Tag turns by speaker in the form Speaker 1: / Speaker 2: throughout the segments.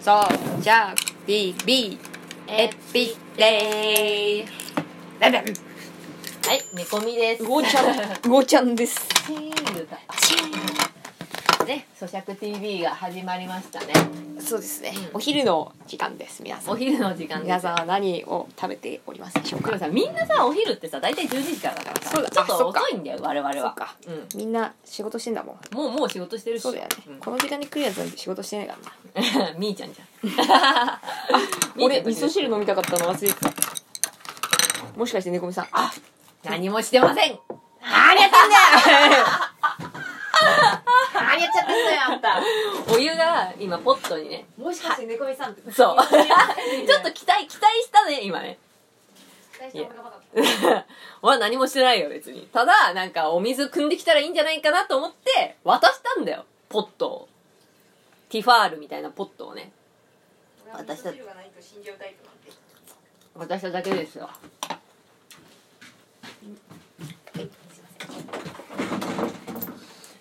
Speaker 1: そうじゃあ BB エピデイララ
Speaker 2: はい、猫みです。
Speaker 1: うごちゃ んうごちゃんです
Speaker 2: チーン言うた ね、咀嚼 TV が始まりましたね。
Speaker 1: そうですねお昼の時間です皆さ
Speaker 2: お
Speaker 1: ん
Speaker 2: 昼の時間で
Speaker 1: 皆
Speaker 2: すよ。
Speaker 1: さんは何を食べておりますでしょう
Speaker 2: でも
Speaker 1: か
Speaker 2: さ、みんなさ、お昼ってさ、大体12時からだからさ、
Speaker 1: そうだ
Speaker 2: ちょっ
Speaker 1: あそ
Speaker 2: と
Speaker 1: っか
Speaker 2: 遅いんだよ、我々
Speaker 1: そっ
Speaker 2: は。
Speaker 1: か
Speaker 2: うん。
Speaker 1: みんな仕事してんだもん
Speaker 2: もう、もう仕事してるし。
Speaker 1: そうだよね、この時間に来るやつなんて仕事してないからな
Speaker 2: うん。 みーちゃんじゃん。みー ち
Speaker 1: 俺
Speaker 2: ゃんと
Speaker 1: 味噌汁飲みたかったの忘れてたもしかして猫みさんあ
Speaker 2: 何もしてません。
Speaker 1: 何やってんだ よ
Speaker 3: 何やっちゃってんのよあ んた
Speaker 2: お湯が今、ポットにね。
Speaker 3: もしかして猫みさんって
Speaker 2: そう。ちょっと
Speaker 3: 期
Speaker 2: 期待、期待したね、今ね。
Speaker 3: 待して俺がバカだった
Speaker 2: 俺 は何もしてないよ、別に。ただ、なんか、お水汲んできたらいいんじゃないかなと思って、渡したんだよ。ポットを。ティファールみたいなポットをね。
Speaker 3: 俺は味噌汁がないと死んじゃうタイプなんで
Speaker 2: 渡しただけですよ。
Speaker 3: すいません
Speaker 2: て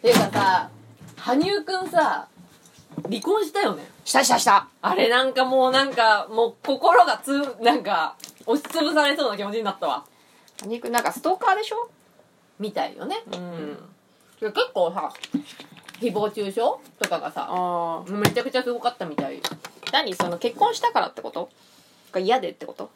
Speaker 2: いうかさ、羽生くんさ、離婚したよね。
Speaker 1: したしたした
Speaker 2: あれなんかもうなんか、もう心がつ、なんか、押しつぶされそうな気持ちになったわ。
Speaker 1: 谷井君なんかストーカーでしょ
Speaker 2: みたいよね。うん。結構さ、誹謗中傷とかがさ、
Speaker 1: ああ
Speaker 2: めちゃくちゃすごかったみたい。
Speaker 1: 何その結婚したからってことが嫌でってこと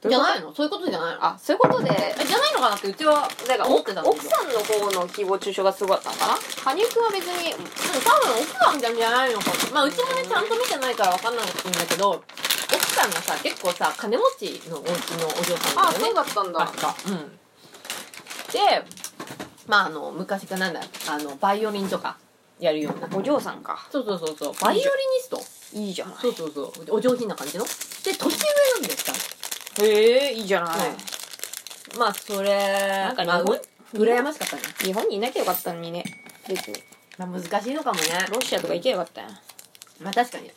Speaker 1: どう
Speaker 2: じ
Speaker 1: いう
Speaker 2: ゃ
Speaker 1: こと
Speaker 2: ないのそういうことじゃないの
Speaker 1: あそういうことで
Speaker 2: えじゃないのかなってうちはなんか思ってたんだけど
Speaker 1: 奥さんの方の誹謗中傷がすごかったのかな羽生君は別に
Speaker 2: でも多分奥さんじゃないのかなまあうちもねちゃんと見てないからわかんないんだけど奥さんがさ結構さ金持ちのお家のお嬢さんだよね
Speaker 1: だったん
Speaker 2: 確かうんでまああの昔からなんだあのバイオリンとかやるような
Speaker 1: お嬢さんか
Speaker 2: そうそうそうそうバイオリニスト
Speaker 1: いいじゃな
Speaker 2: そうそうそうお上品な感じので年上なんですか
Speaker 1: いへえいいじゃない、
Speaker 2: まあそれなん
Speaker 1: かね
Speaker 2: まあ、う羨ましかったね、
Speaker 1: 日本にいなきゃよかったのにね別に
Speaker 2: まあ、難しいのかもね
Speaker 1: ロシアとか行けばよかったよ
Speaker 2: まあ確かに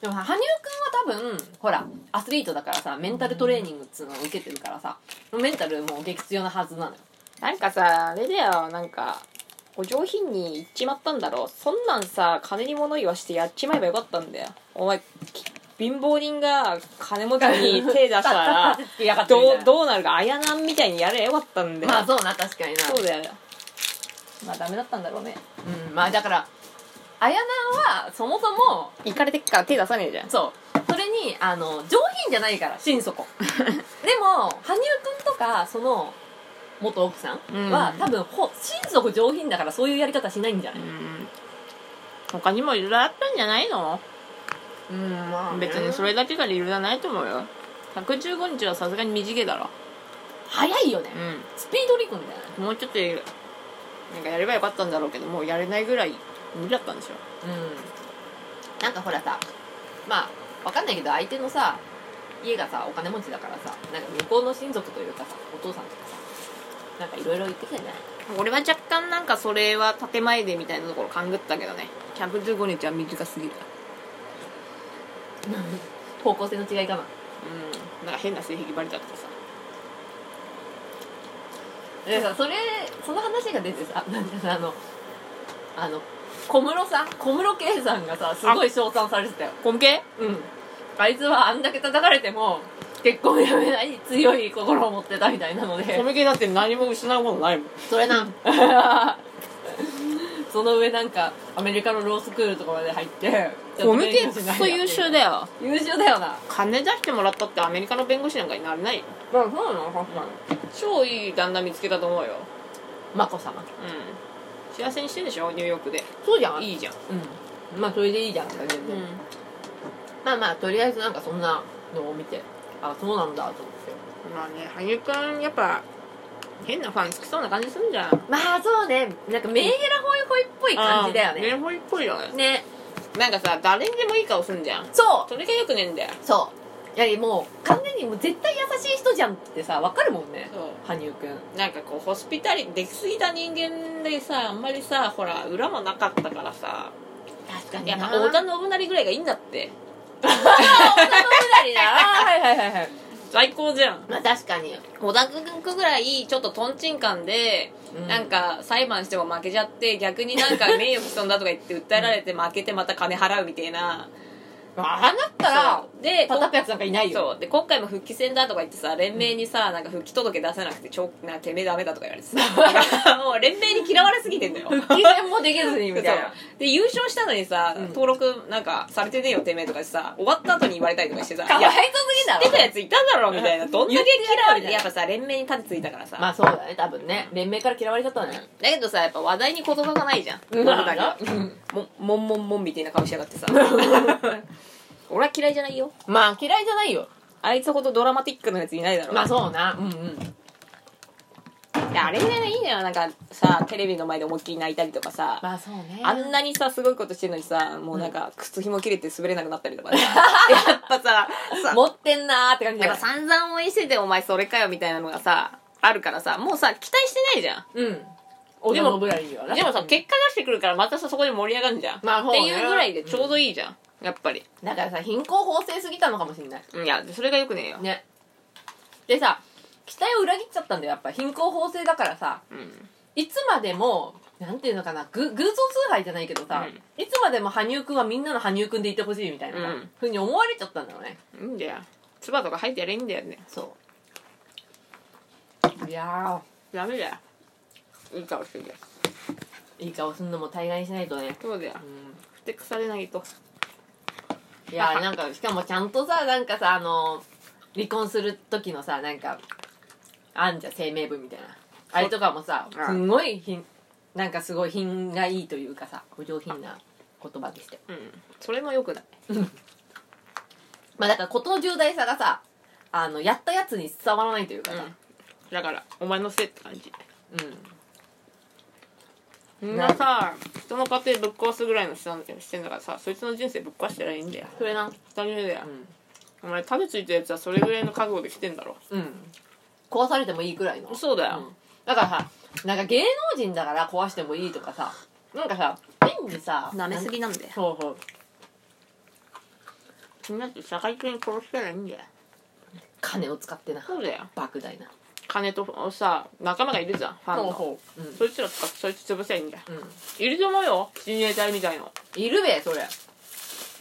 Speaker 2: でもさ羽生くんは多分ほらアスリートだからさメンタルトレーニングっつうのを受けてるからさメンタルもう激強なはずなのよ
Speaker 1: なんかさあれだよなんかお上品に行っちまったんだろそんなんさ金に物言わしてやっちまえばよかったんだよお前き貧乏人が金持ちに手出した ら
Speaker 2: つ きやがってみたい
Speaker 1: ど
Speaker 2: な
Speaker 1: うどうなるか綾波みたいにやればよかったんだよ、
Speaker 2: まあそうな確かにな
Speaker 1: そうだよまあダメだったんだろうね
Speaker 2: うんまあだから綾菜はそもそも
Speaker 1: 行かれてっから手出さねえじゃん
Speaker 2: そうそれにあの上品じゃないから心 底でも羽生くんとかその元奥さんは、
Speaker 1: うん
Speaker 2: 多分ほ心底上品だからそういうやり方しないんじゃない
Speaker 1: うん他にもいろいろあったんじゃないの
Speaker 2: うんま
Speaker 1: 別にそれだけが理由じゃないと思うよ115日はさすがに短いだろ
Speaker 2: 早いよね、
Speaker 1: う
Speaker 2: スピード離婚みたいなん
Speaker 1: もうちょっとなんかやればよかったんだろうけどもうやれないぐらい無理だったんでしょ
Speaker 2: うん、なんかほらさまあわかんないけど相手のさ家がさお金持ちだからさなんか向こうの親族というかさお父さんとかさなんかいろいろ言ってきてない
Speaker 1: 俺は若干なんかそれは建前でみたいなところ勘ぐったけどね115日は短すぎた
Speaker 2: 方向性の違いかな
Speaker 1: うんなんか変な性癖バレたとかさ
Speaker 2: でさそれその話が出てさなんかさあのあの小室さん小室圭さんがさすごい称賛されてたよ
Speaker 1: 根系
Speaker 2: うんあいつはあんだけ叩かれても結婚やめない強い心を持ってたみたいなので
Speaker 1: 根系だって何も失うものないもん
Speaker 2: それな その上なんかアメリカのロースクールとかまで入って
Speaker 1: コミケクソ優秀だ
Speaker 2: よ
Speaker 1: よ
Speaker 2: 優秀だよな
Speaker 1: 金出してもらったってアメリカの弁護士なんかになれないよ
Speaker 2: まあそうなの確かに
Speaker 1: 超いい旦那見つけたと思うよ
Speaker 2: 眞子さ
Speaker 1: う
Speaker 2: ま
Speaker 1: ん幸せにしてんでしょニューヨークで
Speaker 2: そうじゃん
Speaker 1: いいじゃん
Speaker 2: うんまあそれでいいじゃんって感じで、
Speaker 1: う
Speaker 2: まあまあとりあえずなんかそんなのを見てあそうなんだと思って
Speaker 1: んまあね羽生くんやっぱ変なファンつきそうな感じすんじゃん
Speaker 2: まあそうねなんかメーゲラホイホイっぽい感じだよね
Speaker 1: ホイっぽいよね
Speaker 2: ね
Speaker 1: なんかさ誰にでもいい顔すんじゃん
Speaker 2: そう
Speaker 1: それがよくねえんだよ
Speaker 2: そうやはりもう完全にもう絶対優しい人じゃんってさわかるもんね
Speaker 1: そ
Speaker 2: 羽生くん
Speaker 1: うなんかこうホスピタリできすぎた人間でさあんまりさほら裏もなかったからさ
Speaker 2: 確か
Speaker 1: やっぱ
Speaker 2: 織
Speaker 1: 織
Speaker 2: 田
Speaker 1: 田信成ぐらいがいいんだって
Speaker 2: りな はいはいはいはい
Speaker 1: 最高じゃん
Speaker 2: まあ確かに、
Speaker 1: 織田君ぐらいちょっととんちんカンで、なんか裁判しても負けちゃって逆になんか名誉毀損だとか言って訴えられて負けてまた金払うみたいな
Speaker 2: ああなったら
Speaker 1: そうで
Speaker 2: 叩くやつなんかいないよ
Speaker 1: そうで今回も復帰戦だとか言ってさ連盟にさ、なんか復帰届出せなくてちょなんかてめえダメだとか言われてさ もう連盟に嫌われすぎてんだよ
Speaker 2: 復帰戦もできずにみたい な
Speaker 1: そうで優勝したのにさ、
Speaker 2: うん
Speaker 1: 登録なんかされてねえよてめえとかさ終わった後に言われたりとかしてさ
Speaker 2: かわい
Speaker 1: や
Speaker 2: そうすぎだ
Speaker 1: 出た
Speaker 2: ろ
Speaker 1: やついただろみたいなどんだけ嫌われて
Speaker 2: 言
Speaker 1: や
Speaker 2: っ
Speaker 1: ってぱさ連盟に立てついたからさ、
Speaker 2: まあそうだね多分ね連盟から嫌われちゃったね
Speaker 1: だけどさやっぱ話題に言葉がないじゃん
Speaker 2: うん
Speaker 1: 俺ら がももんもんもんみたいな顔しやがって さ俺は嫌いじゃないよ
Speaker 2: まあ嫌いじゃないよ
Speaker 1: あいつほどドラマティックなやついないだろ
Speaker 2: まあそうなうんうん
Speaker 1: いやあれぐらいがいいのよなんかさテレビの前で思いっきり泣いたりとかさ、
Speaker 2: まあそうね
Speaker 1: あんなにさすごいことしてるのにさもうなんか靴ひも切れて滑れなくなったり とかさやっぱささ
Speaker 2: 持ってんなーって感じだ
Speaker 1: なん
Speaker 2: よ
Speaker 1: か散々応援しててお前それかよみたいなのがさあるからさもうさ期待してないじゃん
Speaker 2: うん俺もぐらいにはな
Speaker 1: でもさ結果出してくるからまたさそこで盛り上がるじゃん、
Speaker 2: まあそう
Speaker 1: っ
Speaker 2: ね
Speaker 1: ていうぐらいでちょうどいいじゃん、やっぱり
Speaker 2: だからさ貧困法制すぎたのかもしれない
Speaker 1: いやそれがよくねえよ、
Speaker 2: ねでさ期待を裏切っちゃったんだよやっぱ貧困法制だからさ
Speaker 1: うん
Speaker 2: いつまでもなんていうのかなぐ偶像崇拝じゃないけどさ、いつまでも羽生くんはみんなの羽生くんでいてほしいみたいなさ、
Speaker 1: うん
Speaker 2: ふうに思われちゃったんだろうね
Speaker 1: いいんだよつばとか入ってやれいいんだよね
Speaker 2: そういや
Speaker 1: ダメだよいい顔してるよ
Speaker 2: ーいい顔すんのも大概にしないとね
Speaker 1: そうだよ
Speaker 2: う
Speaker 1: ふてくされないと
Speaker 2: んいやーなんかしかもちゃんとさなんかさあのー離婚する時のさなんかあんじゃん声明文みたいなあれとかもさ
Speaker 1: うん
Speaker 2: すんごい品なんかすごい品がいいというかさお上品な言葉でして
Speaker 1: うんそれもよくない
Speaker 2: まあだから事の重大さがさあのやったやつに伝わらないというかさ、
Speaker 1: だからお前のせいって感じ
Speaker 2: うん、
Speaker 1: みんなさ人の家庭ぶっ壊すぐらいの人なんてしてんだからさそいつの人生ぶっ壊したらいいんだよ
Speaker 2: それな
Speaker 1: ダメだよ
Speaker 2: うん、
Speaker 1: お前タグついたやつはそれぐらいの覚悟で来てんだろ
Speaker 2: うん、壊されてもいいくらいの
Speaker 1: そうだよ、
Speaker 2: うんだからさなんか芸能人だから壊してもいいとかさなんかさ変にさ
Speaker 1: 舐めすぎなんだよ
Speaker 2: なんそうそう
Speaker 1: みんなって社会的に殺したらいいんだよ
Speaker 2: 金を使ってな
Speaker 1: そうだよ
Speaker 2: 莫大な
Speaker 1: 金とさ仲間がいるじゃんファンの
Speaker 2: うう、
Speaker 1: そいつら使ってそいつ潰せばいいんだよ
Speaker 2: うんうん、
Speaker 1: いると思うよ親衛隊みたいの
Speaker 2: いるべそれ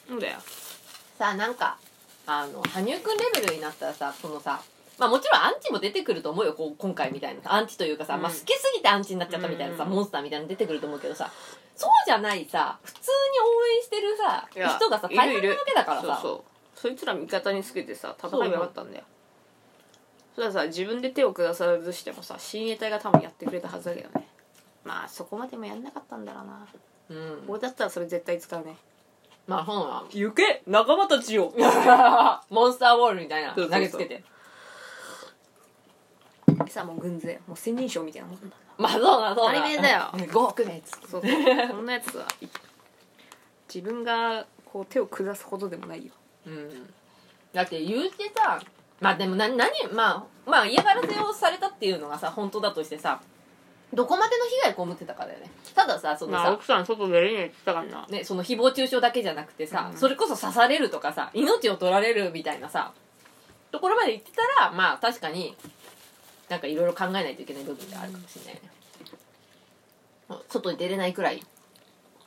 Speaker 1: そうだよ
Speaker 2: さあなんかあの羽生くんレベルになったらさそのさまあもちろんアンチも出てくると思うよこう今回みたいなアンチというかさ、
Speaker 1: うん
Speaker 2: まあ、好きすぎてアンチになっちゃったみたいなさ、
Speaker 1: うん
Speaker 2: モンスターみたいなの出てくると思うけどさそうじゃないさ普通に応援してる
Speaker 1: いや
Speaker 2: さ人がさ
Speaker 1: いる
Speaker 2: 大変なわけだからさ
Speaker 1: そうそうそいつら味方につけてさ戦えばよかったんだよそしたらさ自分で手を下さずしてもさ親衛隊が多分やってくれたはずだけどねまあそこまでもやんなかったんだろうな
Speaker 2: うん、
Speaker 1: 俺だったらそれ絶対使うね
Speaker 2: まあそうな
Speaker 1: 行け仲間たちよ
Speaker 2: の モンスターボールみたいな
Speaker 1: そう
Speaker 2: 投
Speaker 1: そうそう
Speaker 2: げつけて
Speaker 1: さあもう軍勢もう千人称みたいなもんだ
Speaker 2: まあそうなそうな
Speaker 1: アニメだよ
Speaker 2: 5億ねっつって
Speaker 1: そう そうそんなやつはい自分がこう手を下すほどでもないよ
Speaker 2: うんだって言うてさまあでもな何まあまあ嫌がらせをされたっていうのがさ本当だとしてさどこまでの被害被ってたかだよねたださその
Speaker 1: まあ
Speaker 2: さ、
Speaker 1: 奥さん外出れねえって言ったからな
Speaker 2: ね、その誹謗中傷だけじゃなくてさ、
Speaker 1: うん
Speaker 2: それこそ刺されるとかさ命を取られるみたいなさところまで言ってたらまあ確かになんかいろいろ考えないといけない部分であるかもしれないね、外に出れないくらいっ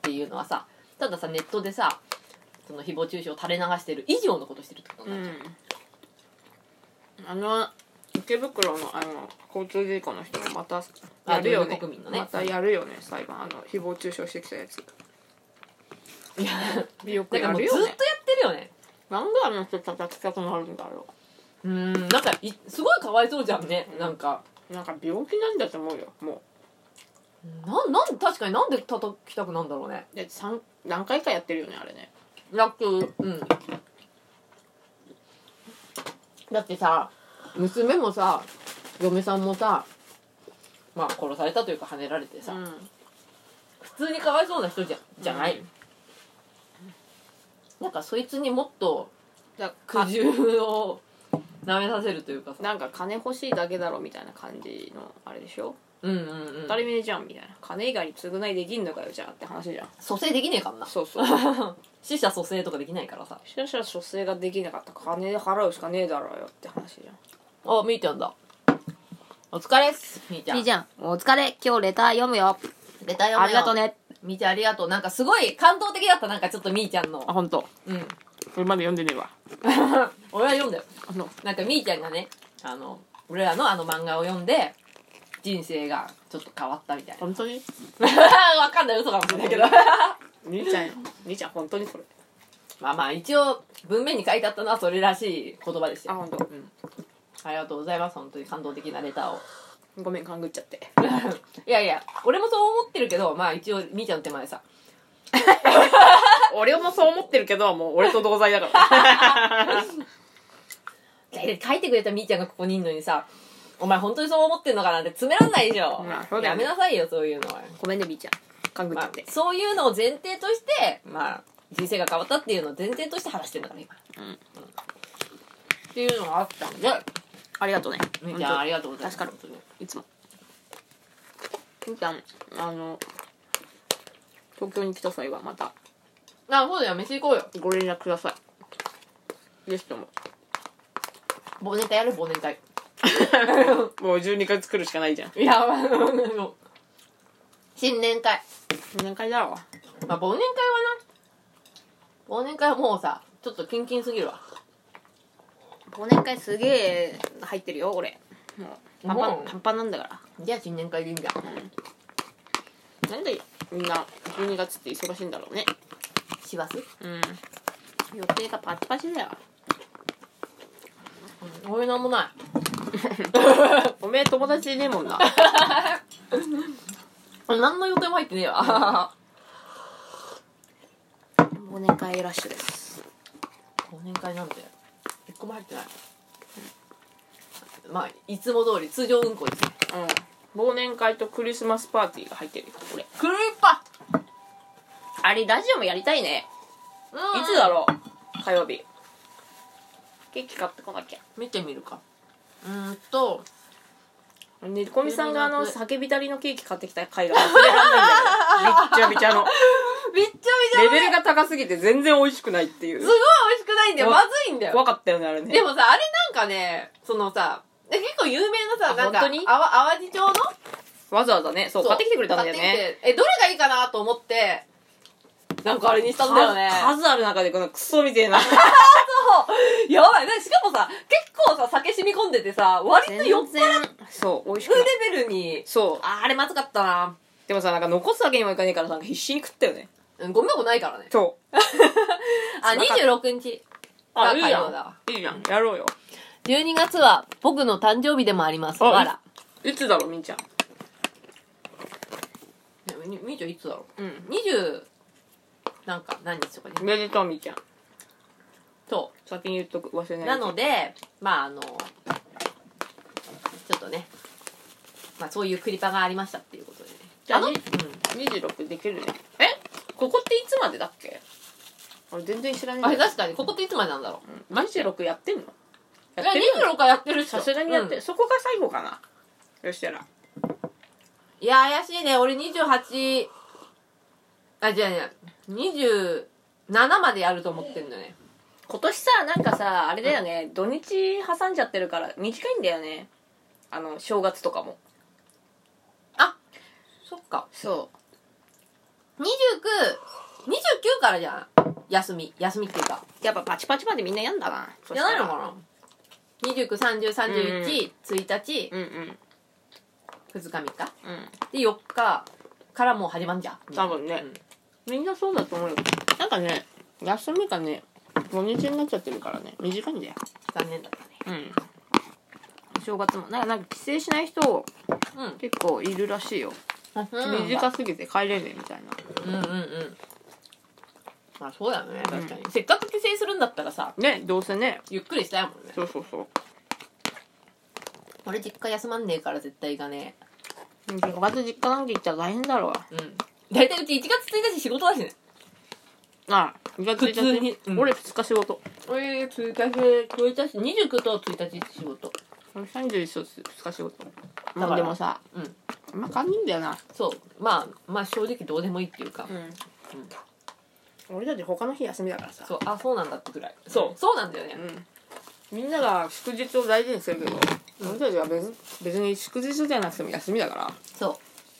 Speaker 2: ていうのはさたださネットでさその誹謗中傷を垂れ流してる以上のことしてるってこと
Speaker 1: う
Speaker 2: になっちゃうん
Speaker 1: あの池袋のあの交通事故の人もまたやるよ
Speaker 2: あ
Speaker 1: ね
Speaker 2: 国民のね
Speaker 1: またやるよね裁判あの誹謗中傷してきたやつ
Speaker 2: いや
Speaker 1: よく
Speaker 2: だか
Speaker 1: や
Speaker 2: らもう
Speaker 1: る
Speaker 2: ずっと
Speaker 1: よ
Speaker 2: やっ
Speaker 1: ね
Speaker 2: てるよね
Speaker 1: なんであの人叩きたくなるんだろ
Speaker 2: うーんなんかいすごいかわいそうじゃんねなんか
Speaker 1: うなんか病気なんだと思うよも
Speaker 2: なんなん確かになんで叩きたくなんだろうね
Speaker 1: うで三何回かやってるよねあれね
Speaker 2: だってうんだってさ娘もさ嫁さんもさまあ殺されたというかはねられてさ、
Speaker 1: ん
Speaker 2: 普通にかわいそうな人じゃじゃない、なんかそいつにもっと
Speaker 1: だか
Speaker 2: 苦渋を舐めさせるというかさ
Speaker 1: なんか金欲しいだけだろみたいな感じのあれでしょ
Speaker 2: うんうんうん
Speaker 1: 当たり前じゃんみたいな金以外に償いできんのかよじゃあって話じゃん
Speaker 2: 蘇生できねえからな
Speaker 1: そうそうそ
Speaker 2: 死者蘇生とかできないからさ
Speaker 1: したら蘇生ができなかったら金払うしかねえだろうよって話じゃん
Speaker 2: あみーちゃんだお疲れっすみーちゃん
Speaker 1: みーちゃん、お疲れ。今日レター読むよ。
Speaker 2: レター読めよ
Speaker 1: ありがとうね。
Speaker 2: みーちゃんありがとうなんかすごい感動的だったなんかちょっとみーちゃんの
Speaker 1: あ、ほんと。
Speaker 2: うん
Speaker 1: 俺まだ読んでねえわ
Speaker 2: 俺は読んだよ
Speaker 1: あの
Speaker 2: なんかみーちゃんがねあの俺らのあの漫画を読んで人生がちょっと変わったみたいな
Speaker 1: 本当に
Speaker 2: わかんない嘘かもしれないけど
Speaker 1: 兄ちゃんよ兄ちゃん本当にそれ
Speaker 2: まあまあ一応文面に書いてあったのはそれらしい言葉ですよ
Speaker 1: 本当
Speaker 2: ありがとうございます本当に感動的なレターを
Speaker 1: ごめん勘ぐっちゃって
Speaker 2: いやいや俺もそう思ってるけどまあ一応みーちゃんの手前でさ
Speaker 1: 俺もそう思ってるけどもう俺と同罪だから
Speaker 2: え書いてくれたみーちゃんがここにいるのにさお前本当にそう思ってんのかなって詰めらんないでしょ、
Speaker 1: まあそうだ
Speaker 2: や
Speaker 1: よね
Speaker 2: めなさいよそういうのは、
Speaker 1: ごめんねみーちゃん勘ぐっ
Speaker 2: ま
Speaker 1: ちゃ
Speaker 2: あ
Speaker 1: って、
Speaker 2: そういうのを前提としてまあ人生が変わったっていうのを前提として話してんだから今、
Speaker 1: うん
Speaker 2: っていうのがあったんで
Speaker 1: ありがとうね
Speaker 2: みーちゃんありがとうございます
Speaker 1: 助かる
Speaker 2: 本当に
Speaker 1: いつもみーちゃんあの東京に来た際はまた
Speaker 2: あそうだよ飯行こうよ
Speaker 1: ご連絡くださいぜひとも
Speaker 2: 忘年会やる忘年会
Speaker 1: もう12回作るしかないじゃん
Speaker 2: いやまああの 新年会
Speaker 1: 何回だろ
Speaker 2: まあ忘年会はな忘年会はもうさちょっとキンキンすぎるわ
Speaker 1: 忘年会すげえ入ってるよ俺もうパンパン
Speaker 2: もう
Speaker 1: パンパンなんだから
Speaker 2: じゃあ新年会でいいんだ
Speaker 1: なんでみんな12月って忙しいんだろうね
Speaker 2: 師走
Speaker 1: うん予定がパチパチだよ
Speaker 2: 俺なんもない
Speaker 1: おめえ友達いねえもんな
Speaker 2: 何の予定も入ってねえわ
Speaker 1: 忘年会ラッシュです
Speaker 2: 忘年会なんて一個も入ってないまあいつも通り通常運行ですよ
Speaker 1: うん忘年会とクリスマスパーティーが入ってるよこれ
Speaker 2: クルーパ
Speaker 1: あれラジオもやりたいね
Speaker 2: うん
Speaker 1: いつだろう火曜日ケーキ買ってこなきゃ
Speaker 2: 見てみるかうーんと
Speaker 1: ねこみさんがあの
Speaker 2: 12月
Speaker 1: 酒浸りのケーキ買ってきた回が忘れらんないんだよびっちゃびちゃの
Speaker 2: びっちゃびちゃ
Speaker 1: レ
Speaker 2: だね
Speaker 1: ベルが高すぎて全然美味しくないってい
Speaker 2: す
Speaker 1: う
Speaker 2: ごい美味しくないんだよ
Speaker 1: う
Speaker 2: ま
Speaker 1: わ
Speaker 2: ずいんだよ
Speaker 1: 怖かったよねあれね
Speaker 2: でもさあれなんかねそのさえ結構有名なさ
Speaker 1: あ
Speaker 2: なんか
Speaker 1: 本当に
Speaker 2: あわ淡路町の
Speaker 1: わざわざねそう
Speaker 2: そう
Speaker 1: 買ってきてくれたんだよ
Speaker 2: 買っ
Speaker 1: ね
Speaker 2: てきてえどれがいいかなと思ってなんかあれにしたんだよね
Speaker 1: 数数ある中でこのクソみてえな
Speaker 2: やばいねしかもさ結構さ酒染み込んでてさ割と酔っ
Speaker 1: 然そう美味しく
Speaker 2: 払
Speaker 1: ない
Speaker 2: いレベルに
Speaker 1: そう
Speaker 2: ああれまずかったな
Speaker 1: でもさなんか残すわけにもいかねえからなんか必死に食ったよね
Speaker 2: うんゴミ箱ないからね
Speaker 1: そう
Speaker 2: あ
Speaker 1: つらかっ
Speaker 2: 26日
Speaker 1: あ
Speaker 2: あ
Speaker 1: いいや
Speaker 2: 火曜だわ
Speaker 1: んいいやんやろうよ
Speaker 2: 12月は僕の誕生日でもあります
Speaker 1: あ
Speaker 2: わら
Speaker 1: いつだろうみんちゃん
Speaker 2: みみーちゃんいつだろ
Speaker 1: うん
Speaker 2: う20なんか何日とかに
Speaker 1: おめでとうみーちゃん
Speaker 2: そ
Speaker 1: 先に言っとく忘れ
Speaker 2: う
Speaker 1: ない
Speaker 2: なのでまああのちょっとねまあそういうクリパがありましたっていうことでね
Speaker 1: じゃあ
Speaker 2: の、う
Speaker 1: に
Speaker 2: ん、
Speaker 1: 26できるねえここっていつまでだっけ俺全然知らね
Speaker 2: あ
Speaker 1: え
Speaker 2: れ
Speaker 1: んだ
Speaker 2: 確かにここっていつまでなんだろ
Speaker 1: う
Speaker 2: う
Speaker 1: ん26やってんのや
Speaker 2: いや
Speaker 1: ってる
Speaker 2: 26はやってるっしょ
Speaker 1: さすがにやってる、
Speaker 2: うん
Speaker 1: そこが最後かなそしたら
Speaker 2: いや、怪しいね。俺28、あ、じゃあね、27までやると思ってんだよね。
Speaker 1: 今年さなんかさあれだよね、土日挟んじゃってるから短いんだよねあの正月とかも
Speaker 2: そっか。
Speaker 1: そ
Speaker 2: 29、29からじゃん。休み。休みっていうか。
Speaker 1: うやっぱパチパチまでみんなやんだなそ
Speaker 2: じ
Speaker 1: し
Speaker 2: ゃ
Speaker 1: た
Speaker 2: ない
Speaker 1: ら
Speaker 2: のかな ?29、30、31、
Speaker 1: うん
Speaker 2: 1日、
Speaker 1: うんうん
Speaker 2: 2日、
Speaker 1: うん
Speaker 2: 3日。で、4日からもう始まんじゃん。
Speaker 1: 多分ねみんなそうだと思うよなんかね休みがね土日になっちゃってるからね短いんだよ
Speaker 2: 残念だったね。
Speaker 1: うん正月もなんかなんか帰省しない人
Speaker 2: うん。
Speaker 1: 結構いるらしいよ、短すぎて帰れねえみたいな
Speaker 2: うんうんうん。まあそうだよね、確かに。せっかく帰省するんだったらさ、
Speaker 1: ねどうせね
Speaker 2: ゆっくりしたいもんね。
Speaker 1: そうそうそう
Speaker 2: 俺実家休まんねえから絶対行かね
Speaker 1: 正月実家なんて行ったら大変だろう
Speaker 2: えうん大体うち1月1日仕事だしね
Speaker 1: ああ2月
Speaker 2: 普通にうん
Speaker 1: 俺2日仕事
Speaker 2: 俺1日1日29と1日仕事
Speaker 1: 俺31卒2日仕事
Speaker 2: か
Speaker 1: ま
Speaker 2: ら
Speaker 1: あでもさ
Speaker 2: うん
Speaker 1: まあ勘んだよな
Speaker 2: そうまあまあ正直どうでもいいっていうか、
Speaker 1: ん、俺たち他の日休みだからさ
Speaker 2: そうあそうなんだってぐらいそうそうなんだよね、
Speaker 1: んみんなが祝日を大事にするけど俺たちは別別に祝日じゃなくても休みだから
Speaker 2: そ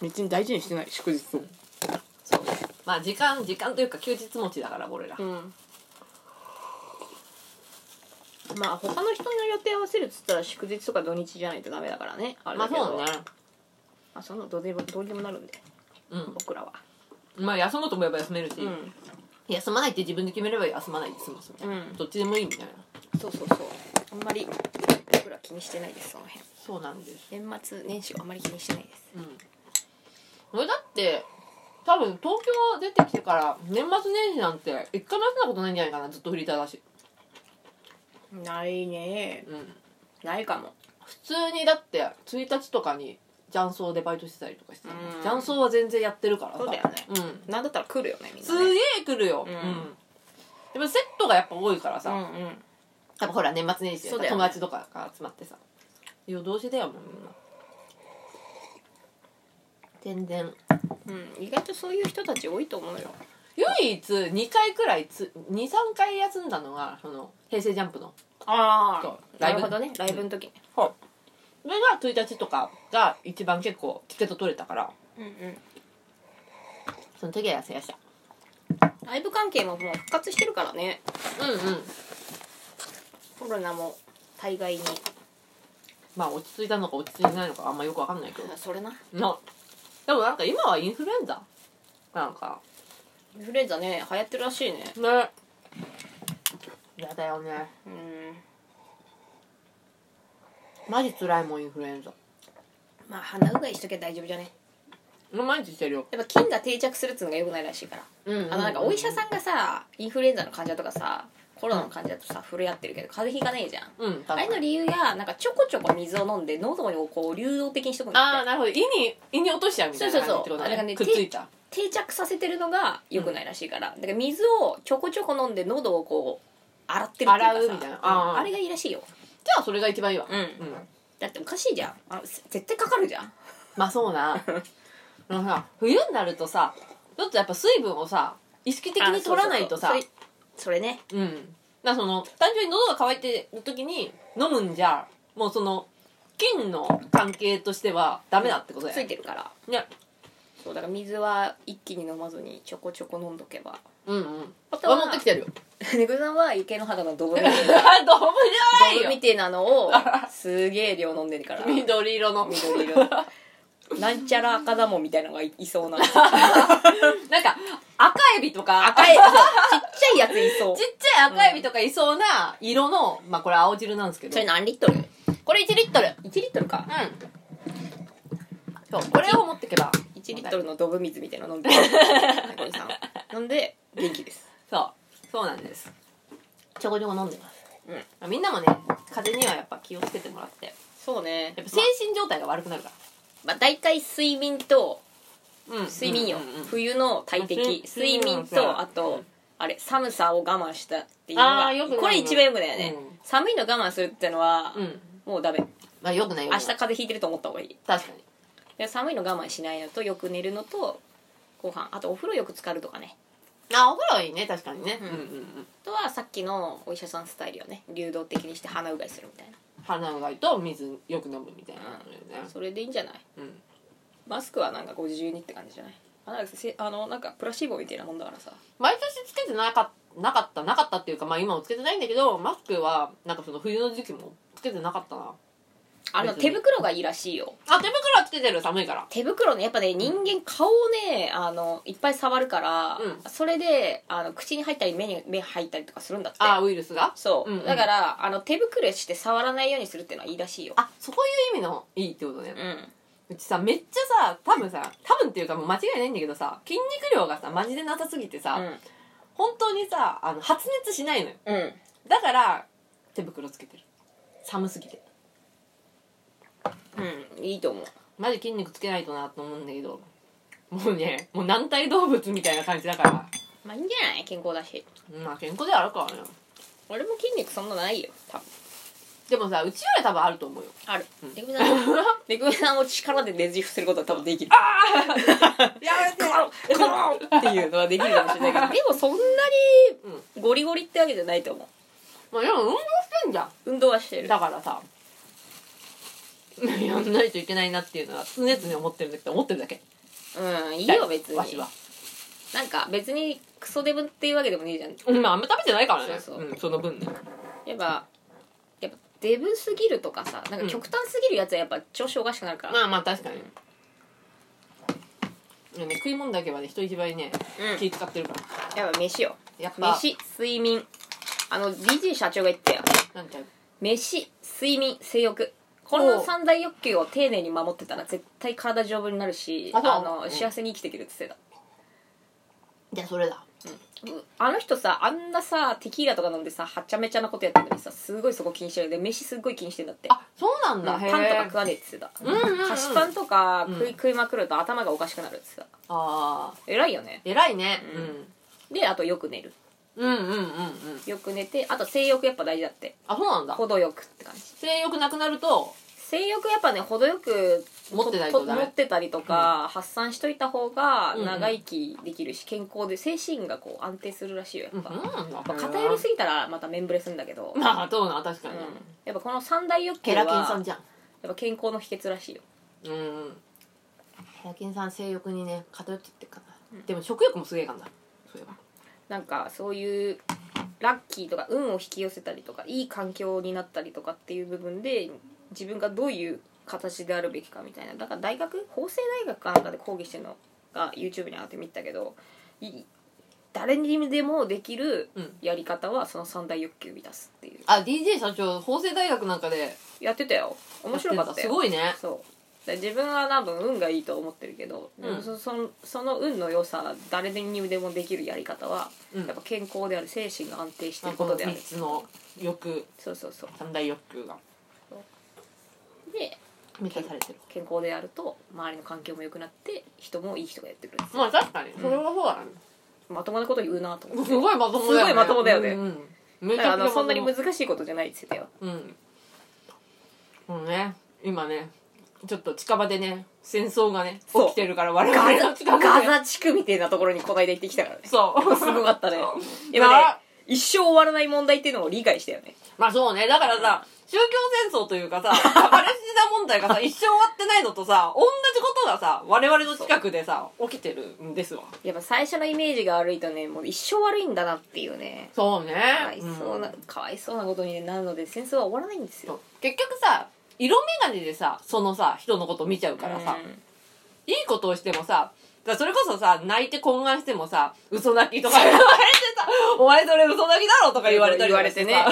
Speaker 2: う
Speaker 1: 別に大事にしてない祝日を
Speaker 2: そうまあ時間時間というか休日持ちだから俺ら、
Speaker 1: うんまあ他の人の予定合わせるっつったら祝日とか土日じゃないとダメだからねあれ
Speaker 2: ま
Speaker 1: だ
Speaker 2: あ
Speaker 1: けど
Speaker 2: そうね
Speaker 1: まあそんなのどうでもどうでもなるんで
Speaker 2: うん
Speaker 1: 僕らは
Speaker 2: まあ休もうと思えば休めるし、
Speaker 1: うん
Speaker 2: 休まないって自分で決めれば休まないで済ますみたいな、
Speaker 1: うん
Speaker 2: どっちでもいいみたいな
Speaker 1: そうそうそうあんまり僕ら気にしてないですその辺
Speaker 2: そうなんです
Speaker 1: 年末年始はあんまり気にしてないです
Speaker 2: うん俺だって多分東京出てきてから年末年始なんて一回も休んだことないんじゃないかなずっとフリーターだし
Speaker 1: ないね
Speaker 2: うん
Speaker 1: ないかも
Speaker 2: 普通にだって1日とかに雀荘でバイトしてたりとかしてたの
Speaker 1: うん
Speaker 2: 雀荘は全然やってるからさ
Speaker 1: そうだよね
Speaker 2: うん
Speaker 1: なんだったら来るよねみん
Speaker 2: す
Speaker 1: なね
Speaker 2: げえ来るよ、
Speaker 1: うん
Speaker 2: でもセットがやっぱ多いからさ、
Speaker 1: うん
Speaker 2: やっ
Speaker 1: うん
Speaker 2: ぱほら年末年始
Speaker 1: そうだよね
Speaker 2: 友達とかが集まってさ夜通しだよもうみんな全然
Speaker 1: うん、意外とそういう人たち多いと思うよ
Speaker 2: 唯一2回くらい23回休んだのがその平成ジャンプの
Speaker 1: あ
Speaker 2: そう
Speaker 1: な
Speaker 2: ライブ
Speaker 1: るほどねライブの時ね
Speaker 2: それが1日とかが一番結構チケット取れたから
Speaker 1: うんうん
Speaker 2: その時は休みました
Speaker 1: ライブ関係ももう復活してるからね
Speaker 2: うんうん
Speaker 1: コロナも大概に
Speaker 2: まあ落ち着いたのか落ち着いてないのかあんまよくわかんないけど
Speaker 1: それな
Speaker 2: なでもなんか今はインフルエンザなんか
Speaker 1: インフルエンザね流行ってるらしいね
Speaker 2: ねやだよね
Speaker 1: うん
Speaker 2: マジ辛いもんインフルエンザ
Speaker 1: まあ鼻うがいしときゃ大丈夫じゃね
Speaker 2: 毎日してるよ、
Speaker 1: やっぱ菌が定着するっつうのがよくないらしいから
Speaker 2: うん
Speaker 1: あのなんかお医者さ
Speaker 2: ん
Speaker 1: んがさインフルエンザの患者とかさコロナの患者とさ震え合ってるけど風邪ひかねえじゃん
Speaker 2: うん
Speaker 1: あれの理由やなんかちょこちょこ水を飲んで喉をこう流動的にしとくん
Speaker 2: あ
Speaker 1: だ
Speaker 2: あ
Speaker 1: っ
Speaker 2: なるほど胃に胃に落としちゃうみたい
Speaker 1: そ
Speaker 2: な
Speaker 1: うそうそう
Speaker 2: 感じってこと
Speaker 1: あれがね
Speaker 2: くっついた
Speaker 1: て定着させてるのが良くないらしいから、だから水をちょこちょこ飲んで喉をこう洗ってるっていうかさ
Speaker 2: 洗うみたいな
Speaker 1: うん
Speaker 2: あー
Speaker 1: あれがいいらしいよ
Speaker 2: じゃあそれが一番いいわ
Speaker 1: うんだっておかしいじゃんあせ絶対かかるじゃん
Speaker 2: まあそうな でもさ冬になるとさちょっとやっぱ水分をさ意識的に取らないとさ
Speaker 1: あそうそうそうそれそれね
Speaker 2: うん。だからその、単純に喉が渇いてる時に飲むんじゃ、もうその、菌の関係としてはダメだってことだ
Speaker 1: つい
Speaker 2: よ。
Speaker 1: てるから
Speaker 2: ね。
Speaker 1: そうだから水は一気に飲まずにちょこちょこ飲んどけば
Speaker 2: うんうん。
Speaker 1: あとは
Speaker 2: 俺持ってきてる よ。
Speaker 1: ネグさんは池の肌のドブみた
Speaker 2: ド
Speaker 1: い
Speaker 2: ブ
Speaker 1: な
Speaker 2: じ
Speaker 1: ドブ
Speaker 2: ゃない
Speaker 1: み
Speaker 2: よ
Speaker 1: てえなのをすげえ量飲んでる から緑
Speaker 2: 緑色の。
Speaker 1: 色なんちゃら赤だもんみたいなのがいいそうな
Speaker 2: なんか、赤エビとか、
Speaker 1: 赤いそうちっちゃいやついそう
Speaker 2: ちっちゃい赤エビとかいそうな色の、まあこれ青汁なんですけ
Speaker 1: そ
Speaker 2: ど
Speaker 1: れ。何リットル
Speaker 2: これ1リットル。
Speaker 1: 1リットルか
Speaker 2: うん。そう、これを持ってけば。
Speaker 1: 1リットルのドブ水みたいなの飲んで 猫さん飲んで元気です
Speaker 2: そう。そうなんです。ちょこちょこ飲んでます。
Speaker 1: うん
Speaker 2: まあみんなもね、風邪にはやっぱ気をつけてもらって。
Speaker 1: そうね
Speaker 2: やっぱ精神状態が悪くなるか
Speaker 1: まあ、大体睡眠と
Speaker 2: ら、うん
Speaker 1: 睡眠よ、
Speaker 2: うんうんうん
Speaker 1: 冬の大敵
Speaker 2: うん
Speaker 1: 睡眠
Speaker 2: うんうん
Speaker 1: とあとあれ寒さを我慢したっていうのが
Speaker 2: あーよくないね
Speaker 1: これ一番よくだよね、
Speaker 2: うん
Speaker 1: 寒いの我慢するってのは、
Speaker 2: うん
Speaker 1: もうダメ
Speaker 2: まあよくないよ
Speaker 1: 明日
Speaker 2: くな
Speaker 1: 風
Speaker 2: い
Speaker 1: 邪ひいてると思った方がいい
Speaker 2: 確かに
Speaker 1: で寒いの我慢しないのとよく寝るのとご飯あとお風呂よく浸かるとかね
Speaker 2: あお風呂はいいね確かにね、
Speaker 1: うん
Speaker 2: うんうん
Speaker 1: あとはさっきのお医者さんスタイルよね流動的にして鼻うがいするみたい
Speaker 2: 鼻うがいと水よく飲むみたいなのよ
Speaker 1: な
Speaker 2: ね、
Speaker 1: それでいいんじゃない
Speaker 2: うん
Speaker 1: マスクはなんかご自由にって感じじゃないあなんかせあのなんかプラシーボみたいなもんだからさ
Speaker 2: 毎年つけてなかっなかったなかったっていうかまあ今もつけてないんだけどマスクはなんかその冬の時期もつけてなかったな
Speaker 1: あの
Speaker 2: 別
Speaker 1: 手
Speaker 2: に
Speaker 1: 袋がいいらしいよ
Speaker 2: あ手袋はつけてる寒いから
Speaker 1: 手袋ねやっぱね人間顔をねあのいっぱい触るから、
Speaker 2: うん
Speaker 1: それであの口に入ったり目に目入ったりとかするんだって
Speaker 2: あウイルスが
Speaker 1: そう、
Speaker 2: うんうん
Speaker 1: だからあの手袋して触らないようにするっていうのはいいらしいよ
Speaker 2: あそういう意味のいいってことね、
Speaker 1: うん
Speaker 2: うちさめっちゃさ多分さ多分っていうかもう間違いないんだけどさ筋肉量がさマジでなさすぎてさ、本当にさあの発熱しないのよ
Speaker 1: うん、うん、
Speaker 2: だから手袋つけてる寒すぎて
Speaker 1: うん、いいと思う
Speaker 2: マジ筋肉つけないとなと思うんだけどもうねもう軟体動物みたいな感じだから
Speaker 1: まあいいんじゃない健康だし
Speaker 2: まあ健康ではあるからね
Speaker 1: 俺も筋肉そんなないよ多分
Speaker 2: でもさうちより多分あると思 うよ
Speaker 1: ある
Speaker 2: うん
Speaker 1: めぐみさん めぐみさんを力でねじ伏せることは多分できる
Speaker 2: やめて
Speaker 1: コロンっていうのはできるかもしれないけどでもそんなにゴリゴリってわけじゃないと思
Speaker 2: まあでも運動してんじゃ
Speaker 1: う運動はして
Speaker 2: ん
Speaker 1: る
Speaker 2: だからさやんないといけないなっていうのは常々思ってるんだけど思ってるだけ
Speaker 1: うんいいよ別に
Speaker 2: わしは
Speaker 1: なんか別にクソデブっていうわけでもねえじゃん
Speaker 2: うんまああんま食べてないからね
Speaker 1: そうそう
Speaker 2: うん、その分ね
Speaker 1: やっぱデブすぎるとかさなんか極端すぎるやつはやっぱ調子おかしくなるから、
Speaker 2: まあまあ確かに、でもね、食い物だけはね人一倍ね、
Speaker 1: うん
Speaker 2: 気使ってるから
Speaker 1: やっぱ飯よ
Speaker 2: やっぱ
Speaker 1: 飯睡眠あの DJ 社長が言ってたよ
Speaker 2: なんて
Speaker 1: 飯睡眠性欲この三大欲求を丁寧に守ってたら絶対体丈夫になるし
Speaker 2: あ
Speaker 1: あ
Speaker 2: そうう
Speaker 1: の
Speaker 2: ん
Speaker 1: 幸せに生きていけるって言って
Speaker 2: じゃあそれだ
Speaker 1: た、うあの人さあんなさテキーラとか飲んでさはちゃめちゃなことやってるのにさすごいそこ気にしてるで飯すっごい気にしてんだって
Speaker 2: あそうなんだ
Speaker 1: パンとか
Speaker 2: か
Speaker 1: 食わねえっつってた、
Speaker 2: うんうんうん
Speaker 1: 菓子パンとか食い,、
Speaker 2: うん
Speaker 1: 食いまくると頭がおかしくなるっつってた
Speaker 2: あ
Speaker 1: 偉いよね
Speaker 2: ー偉いね、
Speaker 1: であとよく寝る
Speaker 2: うん、うんうんうんうん
Speaker 1: よく寝てあと性欲やっぱ大事だって
Speaker 2: あそうなんだ
Speaker 1: 程よくって感じ
Speaker 2: 性欲なくなると
Speaker 1: 性欲やっぱね程よく
Speaker 2: 持ってない
Speaker 1: と
Speaker 2: とダ
Speaker 1: 持っ
Speaker 2: メ
Speaker 1: てたりとか、発散しといた方が
Speaker 2: うんうん
Speaker 1: 長生きできるし健康で精神がこう安定するらしいよやっぱ、
Speaker 2: うんなんだ
Speaker 1: まあ偏りすぎたらまた面ぶれするんだけど、
Speaker 2: まあそうなん確か
Speaker 1: うん
Speaker 2: に、
Speaker 1: やっぱこの三大欲求
Speaker 2: ケ
Speaker 1: は
Speaker 2: ラキンさんじゃん
Speaker 1: やっぱ健康の秘訣らしいよ
Speaker 2: うんヘラキンさん性欲にね偏ってってるかな、でも食欲もすげえかんだそういえば
Speaker 1: なんかそういうラッキーとか運を引き寄せたりとかいい環境になったりとかっていう部分で自分がどういう形であるべきかみたいなだから大学法政大学かなんかで講義してるのが YouTube に上がって見たけどい誰にでもできる
Speaker 2: うん
Speaker 1: やり方はその三大欲求を満たすっていう
Speaker 2: あ DJ 社長法政大学なんかで
Speaker 1: やってたよ面白かった
Speaker 2: す
Speaker 1: よ
Speaker 2: ごいね
Speaker 1: そうで自分は多分運がいいと思ってるけど、でも
Speaker 2: うん
Speaker 1: そそのその運の良さ誰にでもできるやり方は、
Speaker 2: うん
Speaker 1: やっぱ健康である精神が安定してい
Speaker 2: まあ
Speaker 1: る
Speaker 2: こ
Speaker 1: こと
Speaker 2: の
Speaker 1: である
Speaker 2: 3つの欲
Speaker 1: そうそうそう
Speaker 2: 三大欲求が
Speaker 1: で
Speaker 2: 満たされてる
Speaker 1: 健康であると周りの環境も良くなって人もいい人がやってくるんですよ
Speaker 2: まあ確かにそれはそうだね、
Speaker 1: まともなこと言うなと思っ
Speaker 2: す
Speaker 1: て
Speaker 2: ごいまともだよね
Speaker 1: すごいまともだよね
Speaker 2: うんうん、め
Speaker 1: だ
Speaker 2: ち
Speaker 1: か
Speaker 2: ゃ
Speaker 1: らあ
Speaker 2: くちゃまと
Speaker 1: の
Speaker 2: も
Speaker 1: そんなに難しいことじゃないって言ってたよ
Speaker 2: うんもうね今ねちょっと近場でね戦争がね
Speaker 1: そう
Speaker 2: 起きてるから我々
Speaker 1: ガ
Speaker 2: の
Speaker 1: ザ
Speaker 2: 近くで
Speaker 1: ガザ地区みたいなところにこの間行ってきたからね
Speaker 2: そう
Speaker 1: すごか ったね
Speaker 2: そう
Speaker 1: やっぱ
Speaker 2: な
Speaker 1: ね一生終わらない問題っていうのを理解したよね
Speaker 2: まあそうねだからさ宗教戦争というかさパレスチナ問題 がさ一生終わってないのとさ同じことがさ我々の近くでさ起きてるんですわ
Speaker 1: やっぱ最初のイメージが悪いとねもう一生悪いんだなっていうね
Speaker 2: そうね
Speaker 1: かわいそうな、かわいそうなことになるので戦争は終わらないんです
Speaker 2: そ
Speaker 1: よ
Speaker 2: う結局さ色眼鏡でさそのさ人のこと見ちゃうからさ、
Speaker 1: うん
Speaker 2: いいことをしてもさだからそれこそさ泣いて懇願してもさ嘘泣きとか言われてさ「お前それ嘘泣きだろ」とか言われたり
Speaker 1: 言わ
Speaker 2: とか
Speaker 1: れ
Speaker 2: してて
Speaker 1: ね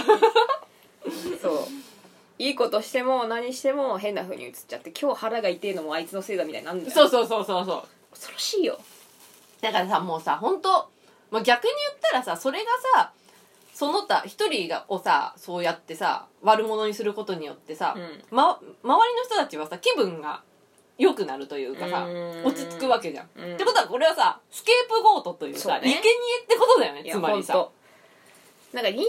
Speaker 2: さ
Speaker 1: そういいことしても何しても変な風に映っちゃって今日腹が痛いのもあいつのせいだみたいになんだよ
Speaker 2: そうそうそうそうそう
Speaker 1: 恐ろしいよ
Speaker 2: だからさもうさ本当まあ逆に言ったらさそれがさその他一人がをさそうやってさ悪者にすることによってさ、
Speaker 1: う
Speaker 2: ま、周りの人たちはさ気分が良くなるというかさ
Speaker 1: うん
Speaker 2: 落ち着くわけじゃん、
Speaker 1: うん
Speaker 2: ってことはこれはさスケープゴートという
Speaker 1: そ
Speaker 2: さ
Speaker 1: う
Speaker 2: 生贄、
Speaker 1: ね
Speaker 2: にってことだよね
Speaker 1: いや
Speaker 2: つまりさ
Speaker 1: ほんとなんか人間の